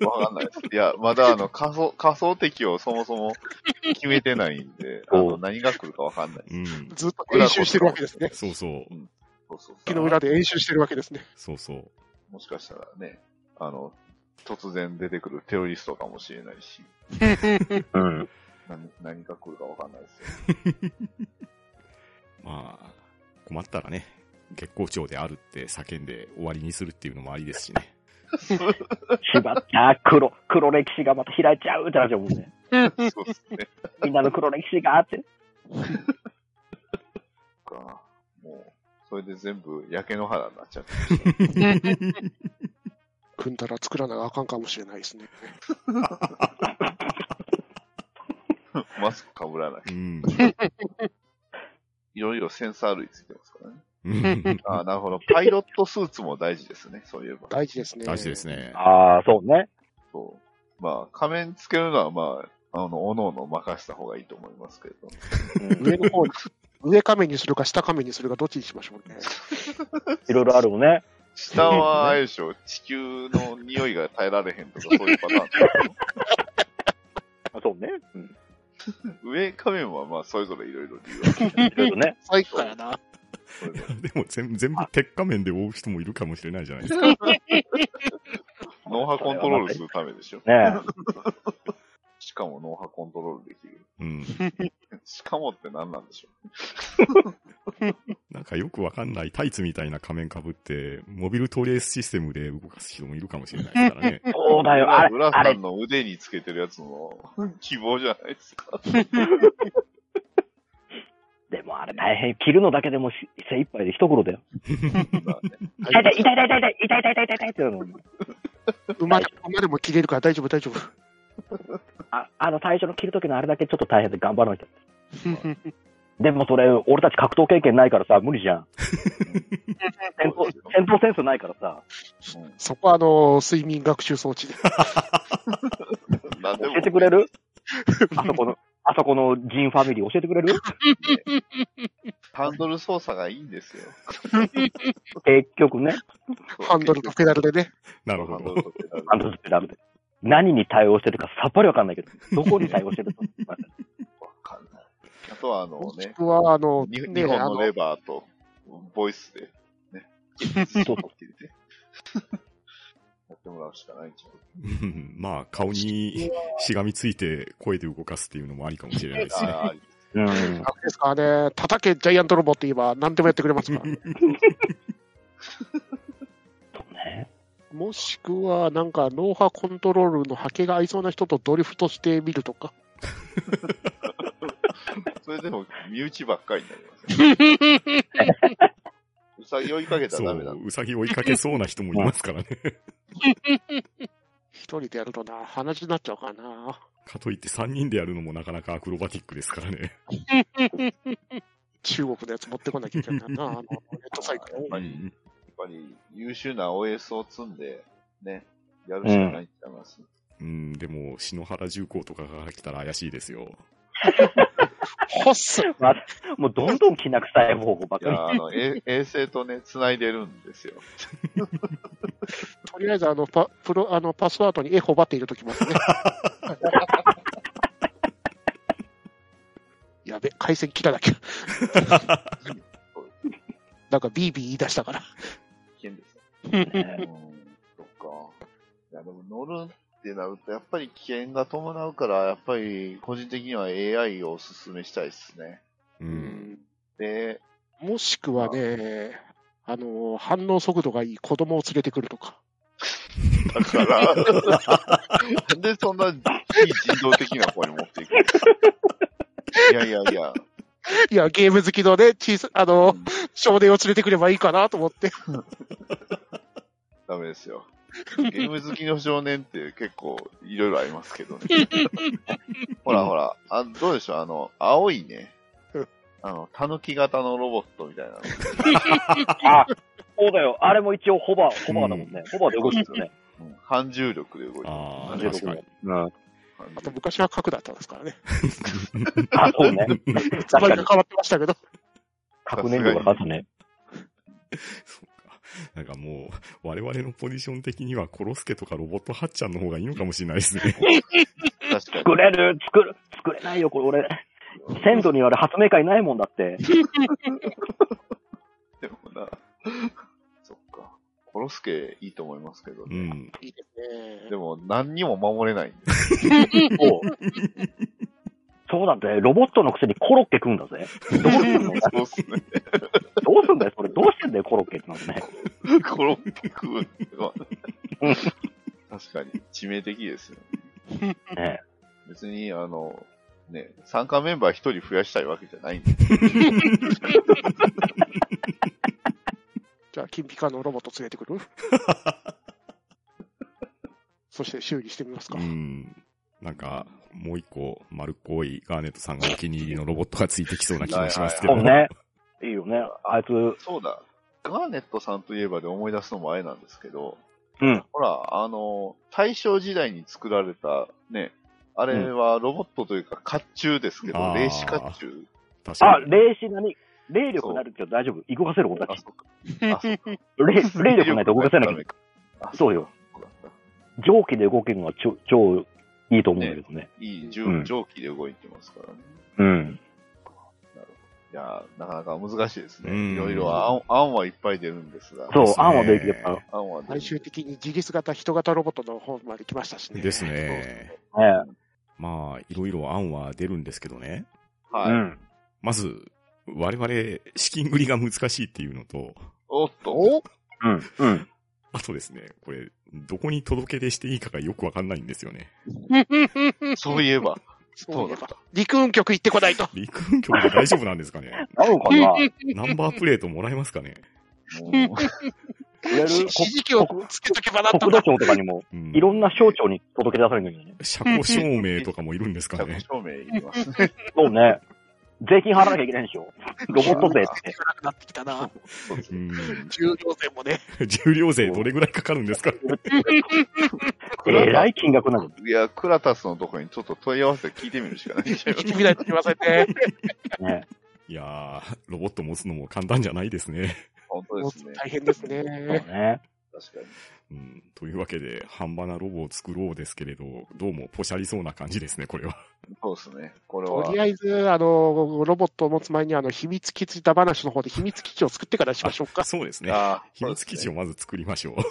Speaker 2: だ
Speaker 1: わかんないです。いや、まだあの、仮想、仮想敵をそもそも決めてないんで、あ
Speaker 4: そ
Speaker 1: の、
Speaker 4: う
Speaker 1: 何が来るかわかんない。
Speaker 3: うん。
Speaker 2: *laughs* ずっと練習してるわけですね。
Speaker 3: そうそう。
Speaker 1: そうそう
Speaker 2: 木の裏で演習してるわけですね。
Speaker 3: そうそう。
Speaker 1: もしかしたらね、あの、突然出てくるテロリストかもしれないし、
Speaker 4: うん。
Speaker 1: 何何が来るかわかんないですよ。
Speaker 3: *laughs* まあ、困ったらね、月光町であるって叫んで終わりにするっていうのもありですしね。
Speaker 4: しまった、黒、黒歴史がまた開いちゃうってなっちゃうもんね。
Speaker 1: そうですね。
Speaker 4: みんなの黒歴史があって。
Speaker 1: か。もう、それで全部焼け野原になっちゃって。
Speaker 2: 組んだら作らなあかんかもしれないですね。
Speaker 1: *laughs* マスクかぶらない。
Speaker 3: うん。
Speaker 1: いろいろセンサー類ついてますからね。 *laughs*
Speaker 3: うん
Speaker 1: ああ、なるほど。パイロットスーツも大事ですね、そういえば。
Speaker 2: 大事ですね。
Speaker 3: 大事です。ね。
Speaker 4: ああ、そうね。
Speaker 1: そう。まあ、仮面つけるのは、まあ、あの、おのおの任せた方がいいと思いますけど。
Speaker 4: うん
Speaker 2: 上の方に、上亀にするか下亀にするかどっちにしましょうね。
Speaker 4: いろいろあるもんね。
Speaker 1: 下は、あれでしょ、地球の匂いが耐えられへんとか、そういうパターンとか。
Speaker 4: あそうね。うん。
Speaker 1: 上仮面は、まあ、それぞれいろいろ理由がある
Speaker 4: いろいろ
Speaker 2: *laughs*
Speaker 4: ね。
Speaker 5: 最高やな。
Speaker 1: それぞれ
Speaker 3: でも全全部鉄仮面で覆う人もいるかもしれないじゃないですか。
Speaker 1: 脳波コントロールするためでしょ。
Speaker 4: ね
Speaker 1: しかも脳波コントロールできる。
Speaker 3: うん。
Speaker 1: しかもって何なんでしょ
Speaker 3: なんかよくわかんないタイツみたいな仮面被って、モビルトレースシステムで動かす人もいるかもしれないですから
Speaker 1: *laughs*
Speaker 3: ね。
Speaker 4: え。
Speaker 1: う。
Speaker 4: そうだよ。あれ、
Speaker 1: 浦
Speaker 4: あ
Speaker 1: さ
Speaker 4: れ
Speaker 1: ん、の腕につけてるやつの希望じゃないで
Speaker 4: *laughs*
Speaker 1: すか。
Speaker 4: でもあれ大変。切るのだけでもし精一杯で一頃だよ。
Speaker 1: まあね
Speaker 4: 痛い痛い痛い痛い痛い痛い痛い痛い痛い痛いってなるもん
Speaker 2: 馬で馬でも切れるから大丈夫、大丈夫。
Speaker 4: ああの最初の切るときのあれだけちょっと大変で頑張らなきゃ。でもそれ、俺たち格闘経験ないからさ、無理じゃん。戦闘戦闘センスないからさ、
Speaker 1: うん
Speaker 2: そこは、あの、睡眠学習装置で。
Speaker 1: 何で
Speaker 4: 教
Speaker 1: も
Speaker 4: えてくれるあそこの、あそこのジンファミリー教えてくれる
Speaker 1: ハンドル操作がいいんですよ。
Speaker 4: 結局ね、
Speaker 2: ハンドルとペダルでね。
Speaker 3: なる
Speaker 1: ハ
Speaker 3: ほ
Speaker 1: ンド
Speaker 3: ど
Speaker 1: ル。とペダル
Speaker 4: あのペダルで。何に対応してるかさっぱりわかんないけど、どこに対応してるか。
Speaker 1: わかんない。あとはあの
Speaker 2: もし
Speaker 1: ね、
Speaker 2: くは、あの、
Speaker 1: に
Speaker 2: ね
Speaker 1: 日本
Speaker 2: あ
Speaker 1: の
Speaker 2: の
Speaker 1: レバーと、ボイスで、ね。 *laughs* そうって入れて。やってもらうしかないんじゃない
Speaker 3: うんまあ、顔にしがみついて声で動かすっていうのもありかもしれないですね。
Speaker 1: ああ、
Speaker 4: うん。
Speaker 2: あれですかね、叩けジャイアントロボって言えば何でもやってくれますから。
Speaker 4: そうね。
Speaker 2: もしくは、なんか、脳波コントロールの波形が合いそうな人とドリフトしてみるとか。
Speaker 1: それでも身内ばっかりになります、ね。うさぎ追いかけた
Speaker 3: そ
Speaker 1: らダメだ。
Speaker 3: う、うさぎ追いかけそうな人もいますからね。
Speaker 2: 一人でやるとな、鼻血になっちゃうからな。
Speaker 3: かといって3人でやるのもなかなかアクロバティックですからね。
Speaker 2: 中国のやつ持ってこなきゃいけないな、あの、ネットサイト
Speaker 1: やっ
Speaker 2: に。
Speaker 1: ぱ
Speaker 3: う
Speaker 1: り、やっ
Speaker 3: ん
Speaker 1: ぱり優秀な OS を積んで、ね、やるしかないんちゃいます、
Speaker 3: うん、でも、篠原重工とかが来たら怪しいですよ。
Speaker 2: ほっす
Speaker 4: もうどんどんきな臭い方法ばっ
Speaker 1: い
Speaker 4: かり。
Speaker 1: や、あの、え衛星とね、繋いでるんですよ。
Speaker 2: とりあえず、あの、パ、プロ、あの、パスワードに絵ほばっているときますね。やべ、回線切らなきゃ。なんか、ビービー言い出したから。
Speaker 1: 危険 *laughs* ですね。
Speaker 4: ね
Speaker 1: うん、そっか。いや、でも乗るってなると、やっぱり危険が伴うから、やっぱり個人的には AI をおすすめしたいですね。
Speaker 3: うん。
Speaker 1: で、
Speaker 2: もしくはね、あの、反応速度がいい子供を連れてくるとか。
Speaker 1: だから、なんでそんな非人道的な方に持っていくのいやいやいや、
Speaker 2: いや、ゲーム好きのね、小さ、あの
Speaker 1: うん、
Speaker 2: 少年を連れてくればいいかなと思って。
Speaker 1: ダメですよ。ゲーム好きの少年って結構いろいろありますけどね。ほらほら、あどうでしょう、あの、青いね
Speaker 2: うん、
Speaker 1: あの、狸型のロボットみたいなの。
Speaker 4: あ、そうだよ。あれも一応ホバー、ホバーだもんね。ホバーで動くんですよね。
Speaker 1: うん反重力で動いてる。
Speaker 3: あ
Speaker 1: 反
Speaker 3: ー
Speaker 1: 重力
Speaker 3: 確かに。
Speaker 4: うん。
Speaker 1: 反重
Speaker 2: あと、
Speaker 1: 力
Speaker 2: 昔は核だったんですからね。
Speaker 4: あ、そうね。
Speaker 2: つま
Speaker 4: 確
Speaker 2: り
Speaker 4: か
Speaker 2: が
Speaker 4: に。
Speaker 2: 変わってましたけど。
Speaker 4: 核燃料が勝つね。
Speaker 3: そうか。なんかもう、我々のポジション的には、コロスケとかロボットハッちゃんの方がいいのかもしれないです *laughs* ね。
Speaker 1: 確かに。
Speaker 4: 作れる作る作れないよ、これ俺。鮮度による発明会ないもんだって。
Speaker 1: でもな、そっか。コロスケいいと思いますけど
Speaker 3: う
Speaker 1: ね。
Speaker 3: ん。
Speaker 2: いいです
Speaker 1: で
Speaker 2: ね。
Speaker 1: も何にも守れないんで。
Speaker 4: そう。そうだって、ロボットのくせにコロッケ食うんだぜ。どうすんの
Speaker 1: そうっすね。
Speaker 4: どうすんだよ、それ。どうしてんだよ、コロッケってなるね。
Speaker 1: コロッケ食うってのは
Speaker 4: うん
Speaker 1: 確かに、致命的ですよね。
Speaker 4: ね
Speaker 1: 別に、あの、ね、参加メンバー一人増やしたいわけじゃないんで。
Speaker 2: じゃあ、金ピカのロボット連れてくるそして修理してみますか
Speaker 3: う。ん。なんか、もう一個、丸っこいガーネットさんがお気に入りのロボットがついてきそうな気がしますけど。
Speaker 4: そうね。いいよね。あいつ、
Speaker 1: そうだ。ガーネットさんといえばで思い出すのもあれなんですけど、
Speaker 4: うん。
Speaker 1: ほら、あの、大正時代に作られた、ね、あれはロボットというか、甲冑ですけど、
Speaker 3: あー
Speaker 1: 霊視甲冑。
Speaker 3: 確
Speaker 4: あ
Speaker 3: か、に。
Speaker 4: 霊視なに霊力なるけど大丈夫。動かせることだ
Speaker 1: あ、
Speaker 4: し。
Speaker 1: そっか。
Speaker 4: 霊霊力ないと動かせな
Speaker 1: ダ
Speaker 4: き
Speaker 1: メか
Speaker 4: ゃ。そうよ。蒸気で動けるのは超、超いいと思うんだけどね。
Speaker 1: いい
Speaker 4: う
Speaker 1: 蒸
Speaker 4: ん
Speaker 1: 蒸気で動いてますからね。
Speaker 4: うん。
Speaker 1: いやーなかなか難しいです
Speaker 3: う
Speaker 1: ね。
Speaker 3: ん
Speaker 1: いろいろ案案はいっぱい出るんですが、
Speaker 4: そう
Speaker 3: です、ね
Speaker 4: 案は出てきた。ね
Speaker 1: 案は出る
Speaker 2: 最
Speaker 1: んです
Speaker 2: 終的に自律型、人型ロボットの方まで来ましたしね。
Speaker 3: です。ね。まあ、いろいろ案は出るんですけどね。
Speaker 1: は
Speaker 4: う
Speaker 1: い。
Speaker 4: ん。
Speaker 3: まず、我々、資金繰りが難しいっていうのと、
Speaker 1: おっと、
Speaker 2: お
Speaker 4: うん。うん。
Speaker 3: *laughs* あとですね、これ、どこに届け出していいかがよくわかんないんですよね。
Speaker 1: そういえば、
Speaker 2: *laughs* そういえ
Speaker 1: そう
Speaker 2: ば。陸運局行ってこないと。
Speaker 3: 陸運局で大丈夫なんですか
Speaker 4: *laughs*
Speaker 3: ね
Speaker 4: なのかな
Speaker 3: ナンバープレートもらえますかね
Speaker 1: もう
Speaker 4: いわゆる
Speaker 2: 指示器をつけとけばな
Speaker 4: 国国土。
Speaker 2: とか
Speaker 4: 庁とかにも、
Speaker 3: うん
Speaker 4: いろんな省庁に届け出されるんだよね。
Speaker 3: 車庫証明とかもいるんです
Speaker 4: *laughs*
Speaker 3: かね
Speaker 1: 着証明い
Speaker 2: *laughs*
Speaker 1: りますね。
Speaker 4: そうね。税金払わなきゃいけないんでしょ。ロボット税って。
Speaker 2: 少なくなってきたな。
Speaker 3: うん。
Speaker 2: 重量税もね。
Speaker 3: 重量税どれぐらいかかるんですか
Speaker 4: えらい金額なの。
Speaker 1: いや、クラタスのとこにちょっと問い合わせ聞いてみるしかないんじゃ
Speaker 2: 行っ
Speaker 1: な
Speaker 2: *laughs*
Speaker 1: い
Speaker 2: てみないといけませんね。
Speaker 4: ね。
Speaker 3: いやー、ロボット持つのも簡単じゃないですね。
Speaker 1: 本当ですね。
Speaker 2: 大変です
Speaker 4: そう
Speaker 2: ね。
Speaker 4: ね。
Speaker 1: 確かに。
Speaker 3: うん。というわけで、半端なロボを作ろうですけれど、どうもポシャりそうな感じですね、これは。
Speaker 1: そうですね。これ
Speaker 2: と
Speaker 1: は
Speaker 2: り、あえず、あの、ロボットを持つ前に、あの、秘密基地だ話の方で秘密基地を作ってからしましょうか。
Speaker 3: そうですね。
Speaker 1: あ
Speaker 3: *laughs* 秘密基地
Speaker 1: を。
Speaker 3: をまず作りましょう。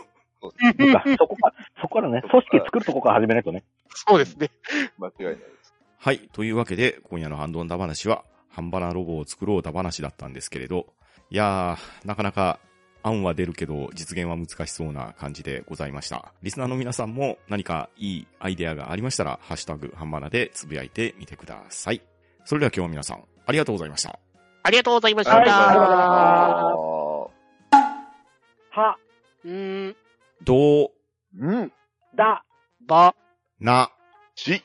Speaker 4: そっかそこから、そこからね、組織作るとこから始めないとね。
Speaker 2: そうですね。
Speaker 1: 間違いないです。
Speaker 3: はい。というわけで、今夜のハンドンダ話は、ハンバナロボを作ろうダ話だったんですけれど、いやー、なかなか案は出るけど、実現は難しそうな感じでございました。リスナーの皆さんも何かいいアイデアがありましたら、ハッシュタグハンバナでつぶやいてみてください。それでは今日は皆さん、ありがとうございました。
Speaker 5: ありがとうございまし。
Speaker 1: あり
Speaker 2: がとうございました
Speaker 1: がと
Speaker 4: は、
Speaker 5: うーん、
Speaker 3: どう、
Speaker 1: うございました。うん。
Speaker 4: だ、
Speaker 5: ば、
Speaker 3: な、
Speaker 1: し。